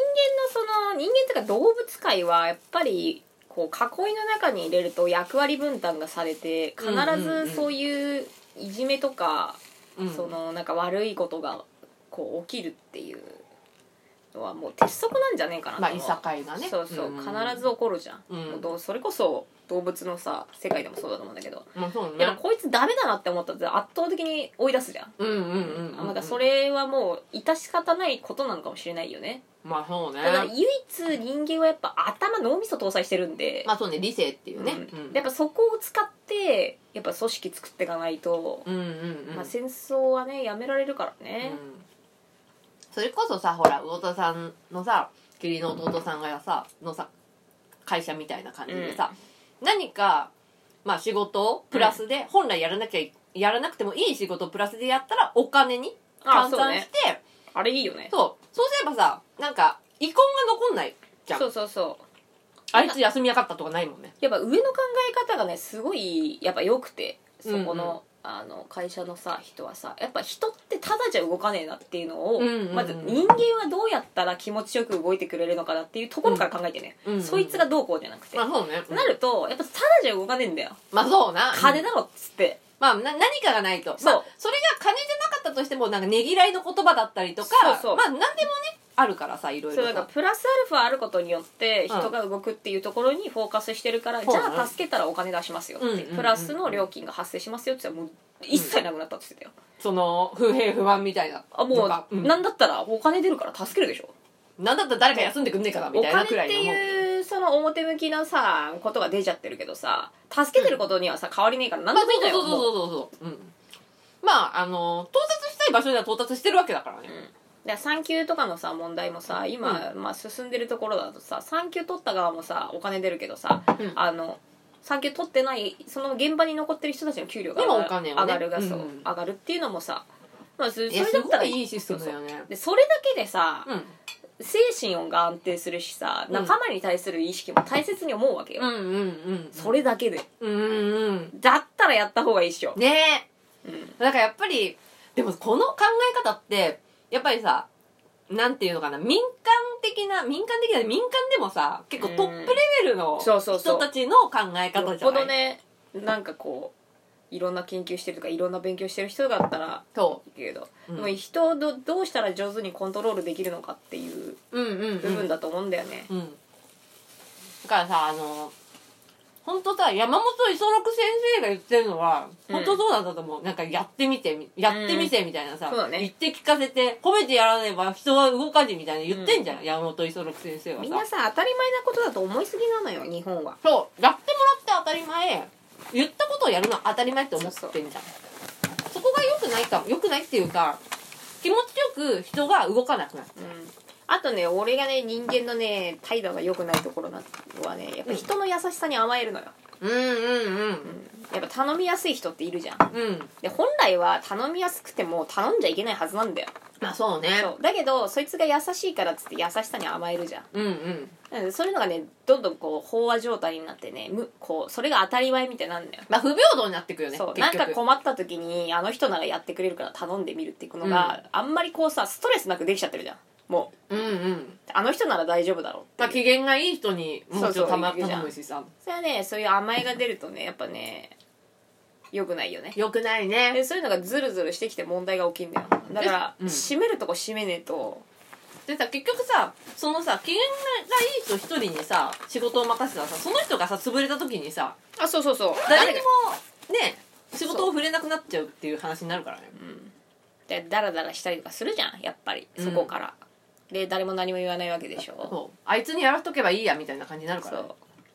Speaker 1: その人間とか動物界はやっぱりこう囲いの中に入れると役割分担がされて必
Speaker 2: うんうんうん
Speaker 1: ずそういういじめとか、
Speaker 2: うん
Speaker 1: そのなんか悪いことがこう起きるっていうのはもう鉄則なんじゃねえかな
Speaker 2: まあ
Speaker 1: と
Speaker 2: い
Speaker 1: 思う
Speaker 2: さかいがね
Speaker 1: そうそう、
Speaker 2: ん
Speaker 1: 必ず起こるじゃん、
Speaker 2: うん
Speaker 1: もうどうそれこそ動物のさ世界でもそうだと思うんだけど、
Speaker 2: まあそう
Speaker 1: やっ
Speaker 2: ね
Speaker 1: ぱこいつダメだなって思ったら圧倒的に追い出すじゃん、
Speaker 2: うんうんうんうん
Speaker 1: なんかそれはもう致し方ないことなのかもしれないよね
Speaker 2: まあそうね
Speaker 1: ただ唯一人間はやっぱ頭脳みそ搭載してるんで、
Speaker 2: まあそうね理性っていうね、
Speaker 1: うん
Speaker 2: うん
Speaker 1: やっぱそこを使ってやっぱ組織作っていかないと、
Speaker 2: うんうんうん
Speaker 1: まあ、戦争はねやめられるからね、
Speaker 2: うんそれこそさほら魚田さんのさ義理の弟さんがさのさ会社みたいな感じでさ、何か、まあ、仕事をプラスで、本来やらなきゃいやらなくてもいい仕事をプラスでやったらお金に
Speaker 1: ああ
Speaker 2: 換
Speaker 1: そう
Speaker 2: 算し
Speaker 1: ね
Speaker 2: てそう,、
Speaker 1: あれいいよね
Speaker 2: そうすればさなんか遺恨が残んないじゃん
Speaker 1: そうそうそう
Speaker 2: あいつ休みやかったとかないもんね
Speaker 1: やっぱ上の考え方がねすごいやっぱ良くてそこ
Speaker 2: うんう
Speaker 1: の,、あの会社のさ人はさやっぱ人ってただじゃ動かねえなっていうのを、
Speaker 2: うんうんうん
Speaker 1: まず人間はどうやったら気持ちよく動いてくれるのかなっていうところから考えてね、
Speaker 2: うんうんうん
Speaker 1: そいつがどうこうじゃなくて、
Speaker 2: まあそうね
Speaker 1: なるとやっぱただじゃ動かねえんだよ
Speaker 2: まあそうな
Speaker 1: 金
Speaker 2: うん
Speaker 1: だろっつって、
Speaker 2: まあ、な何かがないと
Speaker 1: そう
Speaker 2: まあ、それが金じゃなかったとしてもなんかねぎらいの言葉だったりとか
Speaker 1: そうそう
Speaker 2: まあ何でもねあるからさいろい
Speaker 1: そ
Speaker 2: ろ
Speaker 1: うだ
Speaker 2: さ
Speaker 1: からプラスアルファあることによって人が動くっていうところにフォーカスしてるから、
Speaker 2: ん
Speaker 1: じゃあ助けたらお金出しますよって、
Speaker 2: うんうんうん
Speaker 1: プラスの料金が発生しますよって言ったらもう一切なくなったって言ってたよ、
Speaker 2: その不平不満みたいな
Speaker 1: あも
Speaker 2: と
Speaker 1: う
Speaker 2: か、ん、
Speaker 1: なんだったらお金出るから助けるでしょ
Speaker 2: なんだったら誰か休んでくんねえかなみたいなくらいの
Speaker 1: お金っていうそのの表向きのさことが出ちゃってるけどさ助けてることにはさ変わりねえから何でもいいんだよ
Speaker 2: そうそう
Speaker 1: もう
Speaker 2: そうそうそう、うん、まああの到達したい場所では到達してるわけだからね、
Speaker 1: で産休とかのさ問題もさ今、まあ、進んでるところだとさ産休取った側もさお金出るけどさ、
Speaker 2: うん
Speaker 1: あの産休取ってないその現場に残ってる人たちの給料が
Speaker 2: で
Speaker 1: 上
Speaker 2: も
Speaker 1: が
Speaker 2: お金
Speaker 1: 上
Speaker 2: はね
Speaker 1: がるがそう、
Speaker 2: うん
Speaker 1: 上がるっていうのもさ、まあ、そそれ
Speaker 2: いや
Speaker 1: だっ
Speaker 2: すご
Speaker 1: たら
Speaker 2: いいいシステムだよね
Speaker 1: でそれだけでさ、
Speaker 2: うん
Speaker 1: 精神音が安定するしさ
Speaker 2: うん
Speaker 1: 仲間に対する意識も大切に思うわけよ、
Speaker 2: うんうんうん
Speaker 1: それだけで
Speaker 2: うんうんうん
Speaker 1: だったらやった方がいいっしょ、
Speaker 2: ね
Speaker 1: うん、
Speaker 2: えだからやっぱりでもこの考え方ってやっぱりさなんていうのかな民間的な民間的な民間でもさ結構トップレベルの
Speaker 1: そうそうそう
Speaker 2: 人たちの考え
Speaker 1: よ
Speaker 2: 方
Speaker 1: っ
Speaker 2: じゃ
Speaker 1: ぽ
Speaker 2: な
Speaker 1: ど
Speaker 2: い
Speaker 1: ねなんかこういろんな研究してるとかいろんな勉強してる人だったら
Speaker 2: そ
Speaker 1: いいけど、
Speaker 2: うん
Speaker 1: もう人をどどうしたら上手にコントロールできるのかっていう
Speaker 2: ううんうんうん
Speaker 1: 部分だと思うんだよね、
Speaker 2: うんだからさあの本当さ山本五十六先生が言ってるのは
Speaker 1: うん
Speaker 2: 本当そうなんだと思う、なんかやってみてみやってみてみたいなさ、
Speaker 1: そうだね
Speaker 2: 言って聞かせて褒めてやらねば人は動かずみたいな言ってんじゃん、山本五十六先生は
Speaker 1: みんな
Speaker 2: さ
Speaker 1: さ当たり前なことだと思いすぎなのよ日本は
Speaker 2: そうやってもらって当たり前言ったことをやるのは当たり前って思ってんじゃんそこが良くないかも良くないっていうか気持ちよく人が動かなくなる
Speaker 1: うんあとね俺がね人間のね態度が良くないところなはねやっぱ人の優しさに甘えるのよ、
Speaker 2: うんうんう
Speaker 1: うんん、やっぱ頼みやすい人っているじゃん
Speaker 2: うん
Speaker 1: で本来は頼みやすくても頼んじゃいけないはずなんだよ
Speaker 2: まあそうね
Speaker 1: そうだけどそいつが優しいからっつって優しさに甘えるじゃん
Speaker 2: うんうん
Speaker 1: うんそういうのがねどんどんこう飽和状態になってねむこうそれが当たり前みたいになるんだよ、
Speaker 2: まあ不平等になってくよね
Speaker 1: そう
Speaker 2: 結
Speaker 1: なん
Speaker 2: 局
Speaker 1: か困った時にあの人ならやってくれるから頼んでみるっていうのが、あんまりこうさストレスなくできちゃってるじゃんもう
Speaker 2: うんうん
Speaker 1: あの人なら大丈夫だろうって
Speaker 2: まあ機嫌がいい人にもうちょっとたま
Speaker 1: そうそう
Speaker 2: 頼むしさ
Speaker 1: それはねそういう甘えが出るとねやっぱね良くないよね
Speaker 2: よくないね
Speaker 1: でそういうのがズルズルしてきて問題が起きんだよだから、
Speaker 2: うん
Speaker 1: 閉めるとこ閉めねえと
Speaker 2: でさ結局さそのさ機嫌がいい人一人にさ仕事を任せたらさその人がさ潰れた時にさ
Speaker 1: あそうそうそう
Speaker 2: 誰に
Speaker 1: が
Speaker 2: もね仕事を触れなくなっちゃうっていう話になるからね
Speaker 1: でダラダラしたりとかするじゃんやっぱりそこから、で誰も何も言わないわけでしょ
Speaker 2: そうあいつにやらしとけばいいやみたいな感じになるか
Speaker 1: そ
Speaker 2: らね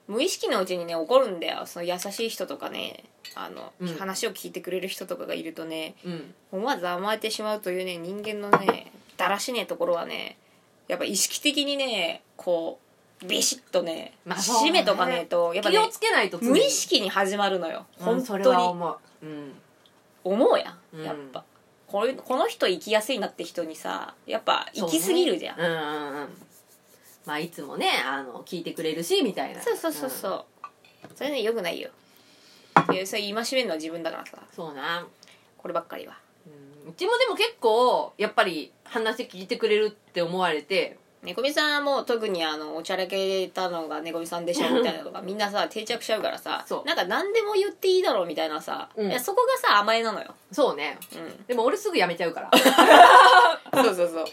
Speaker 1: う無意識のうちにね怒るんだよその優しい人とかねあの、
Speaker 2: うん
Speaker 1: 話を聞いてくれる人とかがいるとね
Speaker 2: うん
Speaker 1: 思わず甘えてしまうというね人間のねだらしねえところはねやっぱ意識的にねこうビシッとね、
Speaker 2: まあそうね
Speaker 1: 締めとかねえとやっぱ、
Speaker 2: 気
Speaker 1: ね
Speaker 2: を、つけないと常に
Speaker 1: 無意識に始まるのよ
Speaker 2: う
Speaker 1: 本
Speaker 2: ん
Speaker 1: 当
Speaker 2: そ
Speaker 1: に
Speaker 2: れは思ううん
Speaker 1: 思うやんやっ
Speaker 2: う
Speaker 1: ぱ、これこの人生きやすいなって人にさやっぱ行き過ぎるじゃん
Speaker 2: そうねうんうんうんまあいつもねあの聞いてくれるしみたいな
Speaker 1: そうそうそうそう、それねよくないよいやそれ戒めるのは自分だからさ
Speaker 2: うんそうな
Speaker 1: こればっかりは
Speaker 2: うんうちもでも結構やっぱり話聞いてくれるって思われて
Speaker 1: 猫みさんはもう特にあのおちゃらけたのが猫みさんでしょみたいなの がみんなさ定着しちゃうからさ
Speaker 2: そう
Speaker 1: なんか何でも言っていいだろうみたいなさ、
Speaker 2: うん
Speaker 1: いやそこがさ甘えなのよ、
Speaker 2: そうね
Speaker 1: うん、
Speaker 2: でも俺すぐ辞めちゃうから
Speaker 1: そうそうそう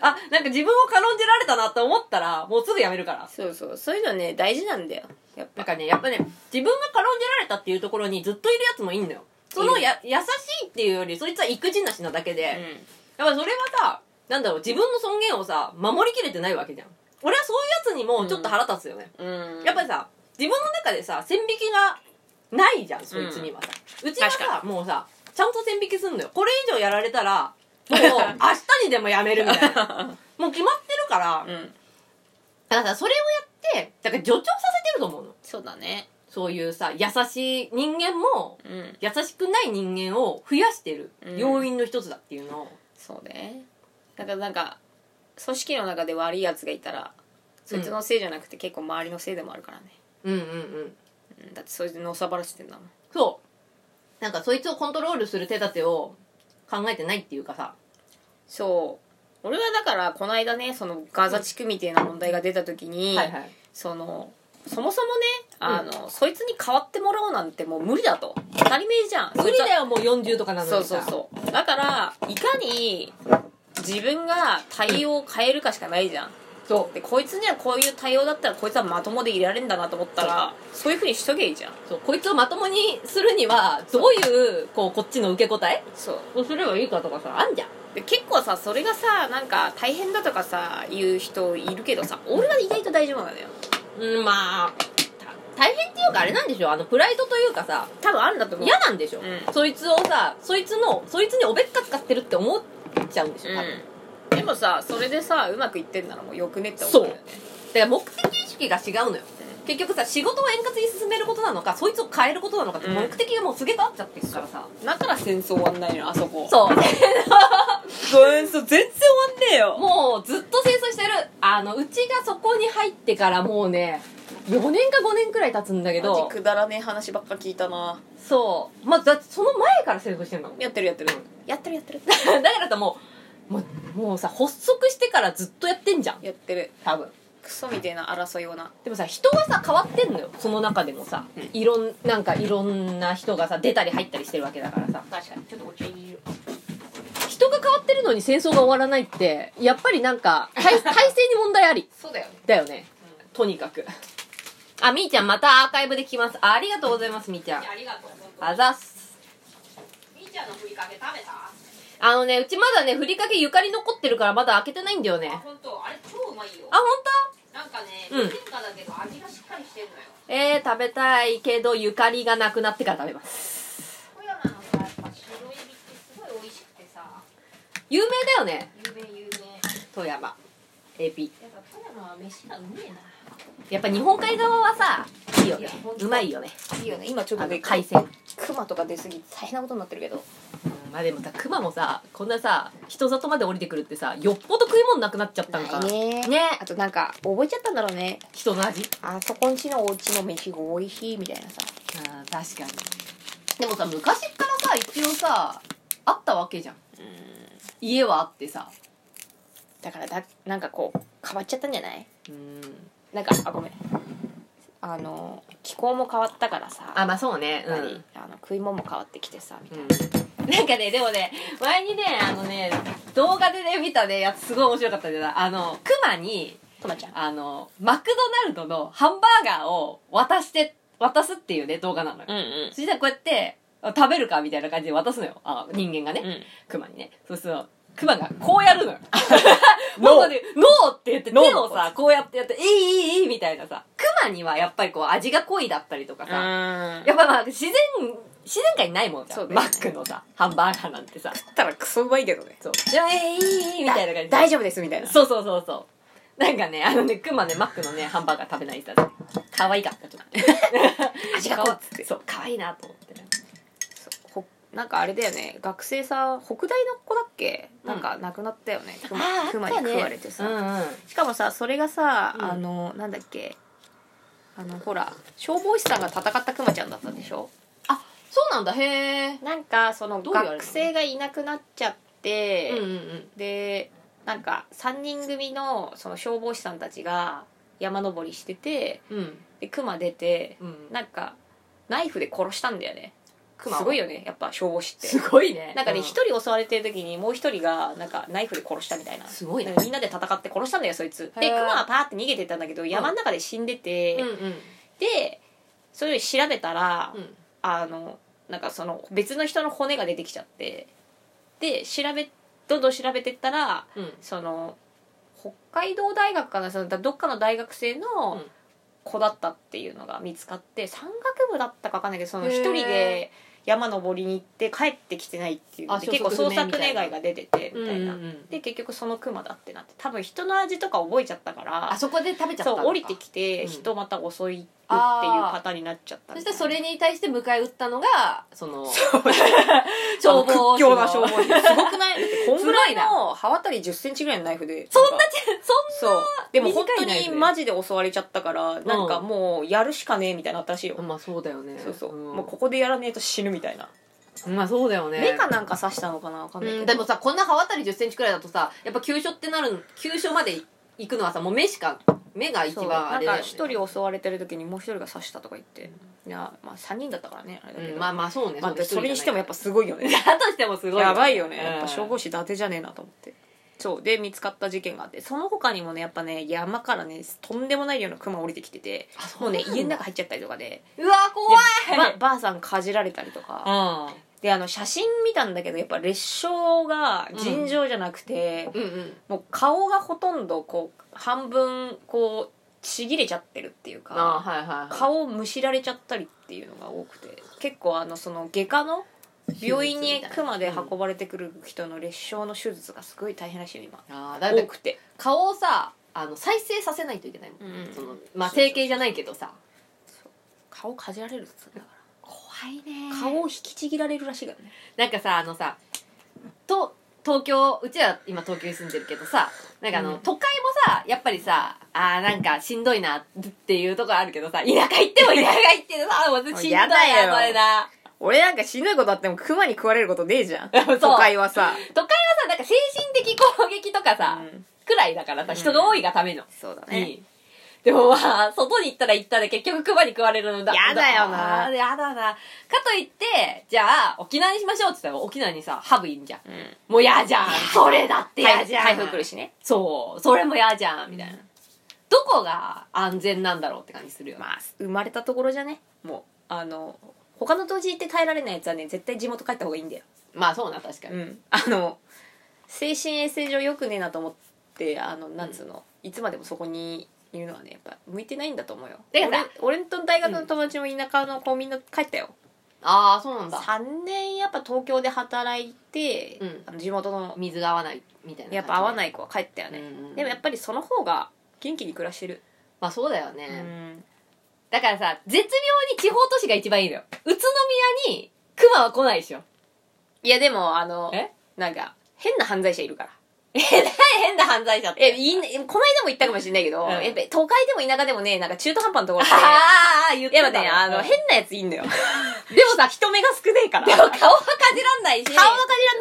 Speaker 2: あなんか自分を軽んじられたなと思ったらもうすぐ辞めるから
Speaker 1: そうそうそういうのね大事なんだよやっ
Speaker 2: なん
Speaker 1: ぱ
Speaker 2: かねやっぱね自分が軽んじられたっていうところにずっといるやつもいいんだよそのや優しいっていうよりそいつは育児なしなだけで、
Speaker 1: う
Speaker 2: やっ
Speaker 1: ん
Speaker 2: ぱそれはさなんだろう自分の尊厳をさ守りきれてないわけじゃん俺はそういうやつにもちょっと腹立つよね、
Speaker 1: うん、
Speaker 2: やっぱりさ自分の中でさ線引きがないじゃんそいつにはさ、うちは
Speaker 1: 確
Speaker 2: さもうさちゃんと線引きすんのよこれ以上やられ たらもう明日にでもやめるみたいなもう決まってるから
Speaker 1: うん
Speaker 2: だからさそれをやってだから助長させてると思うの
Speaker 1: そうだね
Speaker 2: そういうさ優しい人間も
Speaker 1: うん
Speaker 2: 優しくない人間を増やしてる
Speaker 1: うん
Speaker 2: 要因の一つだっていうのを、
Speaker 1: そうねだからなんか組織の中で悪いやつがいたらそいつのせいじゃなくて結構周りのせいでもあるからね、
Speaker 2: うん、うんうん
Speaker 1: うんだってそいつのさばらせてんだもん
Speaker 2: そうなんかそいつをコントロールする手立てを考えてないっていうかさ
Speaker 1: そう俺はだからこの間ねそのガザ地区みたいな問題が出た時に、
Speaker 2: はい
Speaker 1: そのそもそもねあの、そいつに代わってもらおうなんてもう無理だと当たり前じゃん
Speaker 2: 無
Speaker 1: そい
Speaker 2: 理
Speaker 1: つは
Speaker 2: だよもう40とかなのに
Speaker 1: そう
Speaker 2: さ
Speaker 1: そうそうだからいかに自分が対応を変えるかしかないじゃん
Speaker 2: そう
Speaker 1: でこいつにはこういう対応だったらこいつはまともでいられんだなと思ったらそういうふうにしとけばいいじゃん
Speaker 2: そうこいつをまともにするにはどういうこうこっちの受け答え
Speaker 1: そう
Speaker 2: をすればいいかとかさあんじゃん
Speaker 1: で結構さそれがさなんか大変だとかさ言う人いるけどさ俺は意外と大丈夫なのよ
Speaker 2: うんまあた大変っていうかあれなんでしょうあのプライドというかさ
Speaker 1: 多分あるんだと思う
Speaker 2: 嫌なんでしょ、
Speaker 1: うん
Speaker 2: そいつをさそいつのそいつにおべっか使ってるって思っちゃうんでしょ多分、
Speaker 1: うん、でもさそれでさうまくいってんならもうよくねって思うんだよね
Speaker 2: だから目的意識が違うのよ結局さ仕事を円滑に進めることなのかそいつを変えることなのかって
Speaker 1: うん
Speaker 2: 目的がもうすげえ変わっちゃってるからさ、
Speaker 1: だから戦争終わんないのあそこ
Speaker 2: そう
Speaker 1: 戦争全然終わんねえよ
Speaker 2: もうずっと清掃してるあのうちがそこに入ってからもうね4年か5年くらい経つんだけ
Speaker 1: マジ
Speaker 2: ど
Speaker 1: くだらねえ話ばっか聞いたな
Speaker 2: そうまあだってその前から清掃してるのだ
Speaker 1: やってるやってるやってるやってる
Speaker 2: からさもうもうもうさ発足してからずっとやってんじゃん
Speaker 1: やってる
Speaker 2: 多分
Speaker 1: クソみたいな争いをな
Speaker 2: でもさ人がさ変わってんのよその中でもさ、
Speaker 1: うん
Speaker 2: いろんなんかいろんな人がさ出たり入ったりしてるわけだからさ
Speaker 3: 確かにちょっとお茶入れる
Speaker 2: 人が変わってるのに戦争が終わらないってやっぱりなんか体体制に問題あり
Speaker 3: そうだよね
Speaker 2: だよねとにかくあみーちゃんまたアーカイブで聞きますありがとうございますみーちゃん
Speaker 3: いやありがとう本当
Speaker 2: あざっす
Speaker 3: みーちゃんのふりかけ食べた
Speaker 2: あのねうちまだねふりかけゆかり残ってるからまだ開けてないんだよね
Speaker 3: あ本当あれ超うまいよ
Speaker 2: あ本
Speaker 3: なんかね
Speaker 2: うん
Speaker 3: 天下だけど味がしっかりしてるのよ
Speaker 2: 当？えー、食べたいけどゆかりがなくなってから食べます
Speaker 3: 富山のさやっぱ白エビってすごい美味しくてさ
Speaker 2: 有名だよね
Speaker 3: 有名有名
Speaker 2: 富山エビ
Speaker 3: やっぱ富山は飯がうめえな
Speaker 2: やっぱ日本海側はさいいよね
Speaker 3: いや本当
Speaker 2: うまいよね
Speaker 1: いいよね今ちょっ
Speaker 2: あ
Speaker 1: と
Speaker 2: の
Speaker 1: ね
Speaker 2: 海鮮
Speaker 1: クマとか出すぎて大変なことになってるけど
Speaker 2: まあでもさ熊もさこんなさ人里まで降りてくるってさよっぽど食い物なくなっちゃったんかな
Speaker 1: ね
Speaker 2: ね
Speaker 1: あとなんか覚えちゃったんだろうね
Speaker 2: 人の味
Speaker 1: あそこんちのお家の飯が美味しいみたいなさ
Speaker 2: あ確かにでもさ昔からさ一応さあったわけじゃん家はあってさ
Speaker 1: だからだなんかこう変わっちゃったんじゃない
Speaker 2: うん
Speaker 1: なんかあごめんあの気候も変わったからさ
Speaker 2: あまあそうねう
Speaker 1: やっ
Speaker 2: ん
Speaker 1: ぱり、あの食い物も変わってきてさみたいな、
Speaker 2: うんなんかねでもね前にねあのね動画でね見たねやつすごい面白かったんだよなあの熊に
Speaker 1: トマちゃん
Speaker 2: あのマクドナルドのハンバーガーを渡して渡すっていうね動画なのよ、
Speaker 1: うんうん
Speaker 2: そしたらこうやってあ食べるかみたいな感じで渡すのよあ人間がね、
Speaker 1: うん
Speaker 2: クマにねそうするとクマがこうやるのよ
Speaker 1: ノー
Speaker 2: 僕で「ノー!」って言って手
Speaker 1: ノー
Speaker 2: をさこうやってやって「いいいいいい」みたいなさクマにはやっぱりこう味が濃いだったりとかさ、
Speaker 1: あ
Speaker 2: やっぱまあ自然自然界にないもんじゃ、
Speaker 1: そうんだよ
Speaker 2: マ
Speaker 1: ね
Speaker 2: ックのさハンバーガーなんてさ
Speaker 1: ったらクソうまいけどね
Speaker 2: そう「じゃあえいいいい」みたいな感じ
Speaker 1: 大丈夫ですみたいな
Speaker 2: そうそうそうそうなんかねあのねクマねマックのねハンバーガー食べないって言ったら可愛かったちょっと
Speaker 1: 味が濃いっつって
Speaker 2: そう可愛いなと思って
Speaker 1: ほなんかあれだよね学生さん北大の子だっけ、なんか亡くなったよね熊
Speaker 2: あー
Speaker 1: 熊
Speaker 2: あ
Speaker 1: に
Speaker 2: ったね
Speaker 1: 食われてさ、
Speaker 2: うんうん
Speaker 1: しかもさそれがさ、
Speaker 2: うん
Speaker 1: あのなんだっけあのほら消防士さんが戦ったクマちゃんだったんでしょ
Speaker 2: そうなんだへえ
Speaker 1: なんかその
Speaker 2: どういうあれなの
Speaker 1: 学生がいなくなっちゃって、
Speaker 2: うんうんうん
Speaker 1: でなんか3人組のその消防士さんたちが山登りしてて
Speaker 2: うん
Speaker 1: でクマ出て
Speaker 2: うん
Speaker 1: なんかナイフで殺したんだよねす
Speaker 2: 熊を
Speaker 1: ごいよねやっぱ消防士って
Speaker 2: すごいね
Speaker 1: なんかね
Speaker 2: う
Speaker 1: 一、人襲われてる時にもう一人がなんかナイフで殺したみたいな
Speaker 2: すごい
Speaker 1: な
Speaker 2: ね
Speaker 1: んかみんなで戦って殺したんだよそいつでク
Speaker 2: へー
Speaker 1: マはパーって逃げてったんだけど山の中で死んでて、
Speaker 2: うんうん
Speaker 1: でそれを調べたら、
Speaker 2: うん
Speaker 1: あのなんかその別の人の骨が出てきちゃってで調べどんどん調べてったら
Speaker 2: うん
Speaker 1: その北海道大学かなそのどっかの大学生
Speaker 2: う
Speaker 1: の
Speaker 2: ん
Speaker 1: 子だったっていうのが見つかって山岳部だったか分かんないけどその
Speaker 2: へー
Speaker 1: 一人で山登りに行って帰ってきてないっていうので
Speaker 2: あ
Speaker 1: 結構
Speaker 2: 消
Speaker 1: 捜
Speaker 2: 息不明み
Speaker 1: 索
Speaker 2: たいな
Speaker 1: 願いが出ててみたいな、
Speaker 2: うんうんうん
Speaker 1: で結局そのクマだってなって多分人の味とか覚えちゃったから
Speaker 2: あそこで食べちゃったの
Speaker 1: そ
Speaker 2: か
Speaker 1: う降りてきて
Speaker 2: うん
Speaker 1: 人また襲いっていう
Speaker 2: あー
Speaker 1: パターンになっちゃった
Speaker 2: そ
Speaker 1: み
Speaker 2: したて
Speaker 1: いな
Speaker 2: それに対して迎え撃ったのがその
Speaker 1: 消
Speaker 2: 消
Speaker 1: 防
Speaker 2: 防
Speaker 1: 屈強
Speaker 2: 士
Speaker 1: な
Speaker 2: の
Speaker 1: 消防士すごくないだってこんぐらい
Speaker 2: す
Speaker 1: の刃渡り1 0ンチぐらいのナイフで
Speaker 2: そんな
Speaker 1: な
Speaker 2: そん
Speaker 1: そうでも本
Speaker 2: 短
Speaker 1: 当
Speaker 2: いナイフ
Speaker 1: に
Speaker 2: で
Speaker 1: マジで襲われちゃったから
Speaker 2: ん
Speaker 1: なんかもうやるしかねえみたいになったらしいよ、
Speaker 2: まあそうだよね
Speaker 1: そうそう、
Speaker 2: ん
Speaker 1: もうここでやらねえと死ぬみたいな、
Speaker 2: まあそうだよね
Speaker 1: 目かなんか刺したのかなわかんないけ
Speaker 2: う
Speaker 1: ど、
Speaker 2: んでもさこんな刃渡り1 0ンチくらいだとさやっぱ急所ってなる急所まで行くのはさもう目しか目が一
Speaker 1: そう
Speaker 2: 番
Speaker 1: な
Speaker 2: あ
Speaker 1: ん
Speaker 2: れだ
Speaker 1: か
Speaker 2: よ、ね、
Speaker 1: 一人襲われてる時にもう一人が刺したとか言って、いやまあ3人だったからねあれだけど、
Speaker 2: うん、まあまあそうね、
Speaker 1: まあでそれにしてもやっ
Speaker 2: ぱ
Speaker 1: ぱすごいよね
Speaker 2: だとしてもすごい
Speaker 1: やばいよね、やっぱ消
Speaker 2: 消
Speaker 1: 防
Speaker 2: 防
Speaker 1: 士伊達じゃねえなと思ってそうで見つかった事件があってその他にもねやっぱね山からねとんでもない量のクマ降りてきててもうね家の中入っちゃったりとかで
Speaker 2: うわ怖
Speaker 1: でばばあさんかじられたりとか
Speaker 2: い、
Speaker 1: であの写真見たんだけどやっぱ裂傷が尋常じゃなくて、
Speaker 2: うん、うんうん
Speaker 1: もう顔がほとんどこう半分こうちぎれちゃってるっていうか
Speaker 2: あーはいはいはい
Speaker 1: 顔をむしられちゃったりっていうのが多くて結構あのその外科の病院に行くまで運ばれてくる人の裂傷の手術がすごい大変らしいよ今
Speaker 2: あーだって
Speaker 1: 多くて
Speaker 2: 顔をさあの再生させないといけないもん、
Speaker 1: うん
Speaker 2: そのまあ整形じゃないけどさ
Speaker 1: 顔かじられるっつうんだか
Speaker 2: 怖いね
Speaker 1: ら
Speaker 2: 顔
Speaker 1: 顔を引きちぎられるらしいからね
Speaker 2: なんかさあのさと東京うちは今東京に住んでるけどさなんかあの、
Speaker 1: うん
Speaker 2: 都会もさやっぱりさあーなんかしんどいなっていうとこあるけどさ田舎行っても田舎行って さもうしんどいな
Speaker 1: やだよ
Speaker 2: それな
Speaker 1: 俺なんかしんどいことあってもクマに食われることねえじ ゃん
Speaker 2: そう
Speaker 1: 都会はさ、
Speaker 2: 都会はさなんか精神的攻撃とかさ、
Speaker 1: うん
Speaker 2: くらいだからさ
Speaker 1: うん
Speaker 2: 人が多いがための、
Speaker 1: そうだ
Speaker 2: いいでもまあ外に行ったら行ったで結局クマに食われるのだ
Speaker 1: やだよな
Speaker 2: あーやだなかといってじゃあ沖縄にしましょうって言ったら沖縄にさハブいんじゃん
Speaker 1: うん
Speaker 2: もう嫌じゃんそれだって
Speaker 1: 台
Speaker 2: 嫌じゃん
Speaker 1: 台風来るしね
Speaker 2: そうそれも嫌じゃんみたいなどこが安全なんだろうって感じするよ、
Speaker 1: まあ生まれたところじゃねもうあの他の土地行って耐えられないやつはね絶対地元帰った方がいいんだよ
Speaker 2: まあそうな確かに、
Speaker 1: うん、あの精神衛生上良くねえなと思ってあのなんつうの、いつまでもそこにいるのはねやっぱ向いてないんだと思うよ
Speaker 2: だから
Speaker 1: 俺俺と大学の友達も田舎の子みんな帰ったよ、
Speaker 2: ああそうなんだ
Speaker 1: 3年やっぱ東京で働いて、
Speaker 2: うん
Speaker 1: あの地元の
Speaker 2: 水が合わないみたいな感じ、
Speaker 1: やっぱ合わないい子は帰ったよ
Speaker 2: うん
Speaker 1: ね、
Speaker 2: うん
Speaker 1: でもやっぱりその方が元気に暮らしてる、
Speaker 2: まあそうだよね、
Speaker 1: うん
Speaker 2: だからさ絶妙に地方都市が一番いいのよ宇都宮にクマは来ないでしょ
Speaker 1: いやでもあの
Speaker 2: え
Speaker 1: なんか変な犯罪者いるから
Speaker 2: え、変な犯罪者っ
Speaker 1: え
Speaker 2: て。
Speaker 1: いいねこの間も言ったかもしれないけど、
Speaker 2: うん
Speaker 1: やっぱ都会でも田舎でもねなんか中途半端なところって
Speaker 2: ああ、言っ
Speaker 1: いや
Speaker 2: て
Speaker 1: まあ
Speaker 2: た
Speaker 1: ね、あの、
Speaker 2: うん
Speaker 1: 変なやついいんだよ。でも
Speaker 2: さ
Speaker 1: 人目が少ねえから。
Speaker 2: で
Speaker 1: 顔は
Speaker 2: も
Speaker 1: か
Speaker 2: 顔はかじらんないし。
Speaker 1: じらんね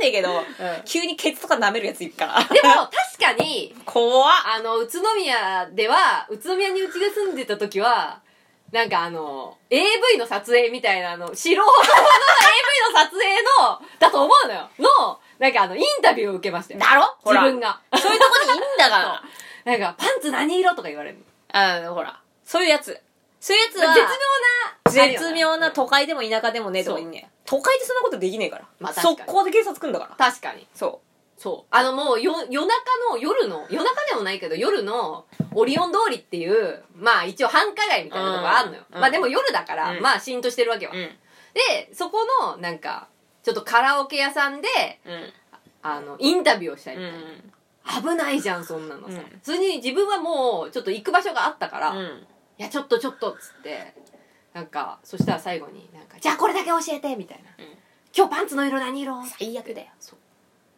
Speaker 1: えけど、
Speaker 2: うん
Speaker 1: 急にケツとか舐めるやついるから。
Speaker 2: でも、確かに、
Speaker 1: 怖っ。
Speaker 2: あの、宇都宮では、宇都宮にうちが住んでた時は、なんかあの、AV の撮影みたいな、あの、素人の AV の撮影の、だと思うのよ。の、なんかあの、インタビューを受けましたよ。
Speaker 1: だろ
Speaker 2: 自分
Speaker 1: が。
Speaker 2: が。
Speaker 1: そういうとこにいいんだか
Speaker 2: なんか、パンツ何色とか言われるの。
Speaker 1: ら。あの、ほら。そういうやつ。そういうやつ
Speaker 2: 絶妙
Speaker 1: は、
Speaker 2: な、
Speaker 1: 絶妙な都会でも田舎でもねえとこにね。都会ってそんなことできねえから。
Speaker 2: まあ確かに
Speaker 1: 速攻で警察来んだから。
Speaker 2: 確かに。
Speaker 1: そ
Speaker 2: そう。あのもうよ、夜中の、夜の、夜中でもないけど、夜の、オリオン通りっていう、まあ一応繁華街みたいなとこがあるのよ。
Speaker 1: うん
Speaker 2: まあでも夜だから、
Speaker 1: うん
Speaker 2: まあ浸透してるわけよ
Speaker 1: う。ん。
Speaker 2: で、そこの、なんか、ちょっとカラオケ屋さんで、
Speaker 1: うん。
Speaker 2: あの、インタビューをしたいうみたいな。
Speaker 1: ん。
Speaker 2: 危ないじゃん、そんなの
Speaker 1: う
Speaker 2: さ。
Speaker 1: ん
Speaker 2: それに自分はもう、ちょっと行く場所があったから、
Speaker 1: う
Speaker 2: い
Speaker 1: ん。
Speaker 2: や、ちょっとちょっと、つって、なんか、そしたら最後に、なんか、じゃあこれだけ教えて、みたいな。
Speaker 1: うん
Speaker 2: 今日パンツの色何色
Speaker 1: 最悪だよ。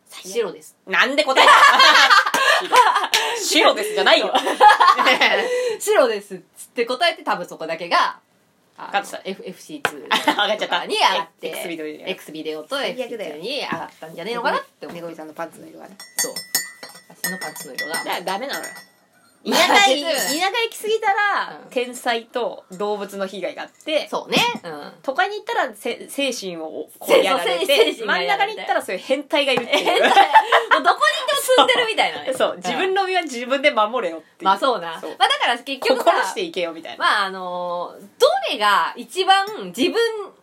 Speaker 1: 最悪。
Speaker 2: 白 です。
Speaker 1: なんで答えた白ですじゃないよ。
Speaker 2: 白ですっつって答えて多分そこだけが
Speaker 1: 勝った
Speaker 2: FFC2
Speaker 1: 上がっちゃった
Speaker 2: に上がっ
Speaker 1: X ビデオ
Speaker 2: て
Speaker 1: に
Speaker 2: X ビデオと
Speaker 1: 最悪だ
Speaker 2: FFC2
Speaker 1: よ
Speaker 2: に上がったんじゃねえのかなって思
Speaker 1: め
Speaker 2: う
Speaker 1: ぐみさんのパンツの色がね。
Speaker 2: そう私のパンツの色 が
Speaker 1: だダメなのよ田
Speaker 2: まあ
Speaker 1: 舎い
Speaker 2: 実は
Speaker 1: 田舎行き過ぎたら、
Speaker 2: うん
Speaker 1: 天才と動物の被害があって
Speaker 2: そうね うん
Speaker 1: 都会に行ったらせ精神をこうやられ
Speaker 2: そうそう精
Speaker 1: て
Speaker 2: 神が
Speaker 1: 真ん
Speaker 2: やら
Speaker 1: 中
Speaker 2: れて
Speaker 1: に行ったらそういう変態がいるっていう
Speaker 2: 変態もうどこにいても住んでるみたいなね
Speaker 1: そう自分の身は自分で守れよっていう、
Speaker 2: まあそうな
Speaker 1: そう
Speaker 2: まあだから結局さ
Speaker 1: 心していけよみたいな、
Speaker 2: まああのーどれが一番自分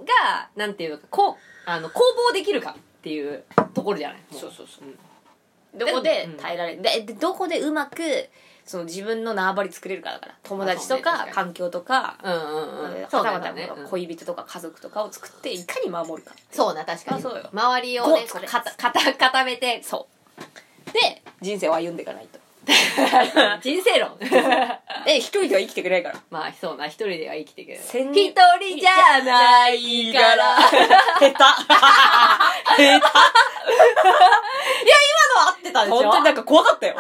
Speaker 2: がなんていうかこうあの攻防できるかっていうところじゃないも
Speaker 1: そうそうそう、どこで耐えられる、ででどこでうまくその自分の縄張り作れるかだから友達と
Speaker 2: まあそう
Speaker 1: か
Speaker 2: ね確か
Speaker 1: 環境とか
Speaker 2: うんうんうん
Speaker 1: は
Speaker 2: そ
Speaker 1: た
Speaker 2: うだ
Speaker 1: また
Speaker 2: よねうん
Speaker 1: 恋人とか家族とかを作っていかに守るか
Speaker 2: そうな確かに
Speaker 1: あそうよ
Speaker 2: 周りをね
Speaker 1: ゴーそれ
Speaker 2: か たかた固めて
Speaker 1: そうで人生を歩んでいかないと
Speaker 2: 人生論
Speaker 1: え一人では生きてくれないから
Speaker 2: まあそうな一人では生きていける
Speaker 1: 千人
Speaker 2: 一人じゃない
Speaker 1: い
Speaker 2: から今の
Speaker 1: 下手下
Speaker 2: 合ってた
Speaker 1: 手
Speaker 2: でしょ
Speaker 1: 本当になんか怖かったよ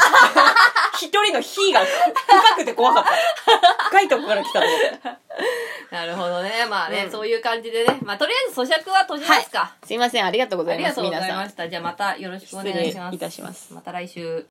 Speaker 1: 一人の「火が深くて怖かった深いとこから来たの
Speaker 2: なるほどねまあね、
Speaker 1: うん
Speaker 2: そういう感じでねまあとりあえず咀嚼は閉じますか、
Speaker 1: すいませんありがとうご
Speaker 2: ありがとうございましたじゃあまたよろしくお願いし
Speaker 1: 失
Speaker 2: ます
Speaker 1: 礼いたします
Speaker 2: また来週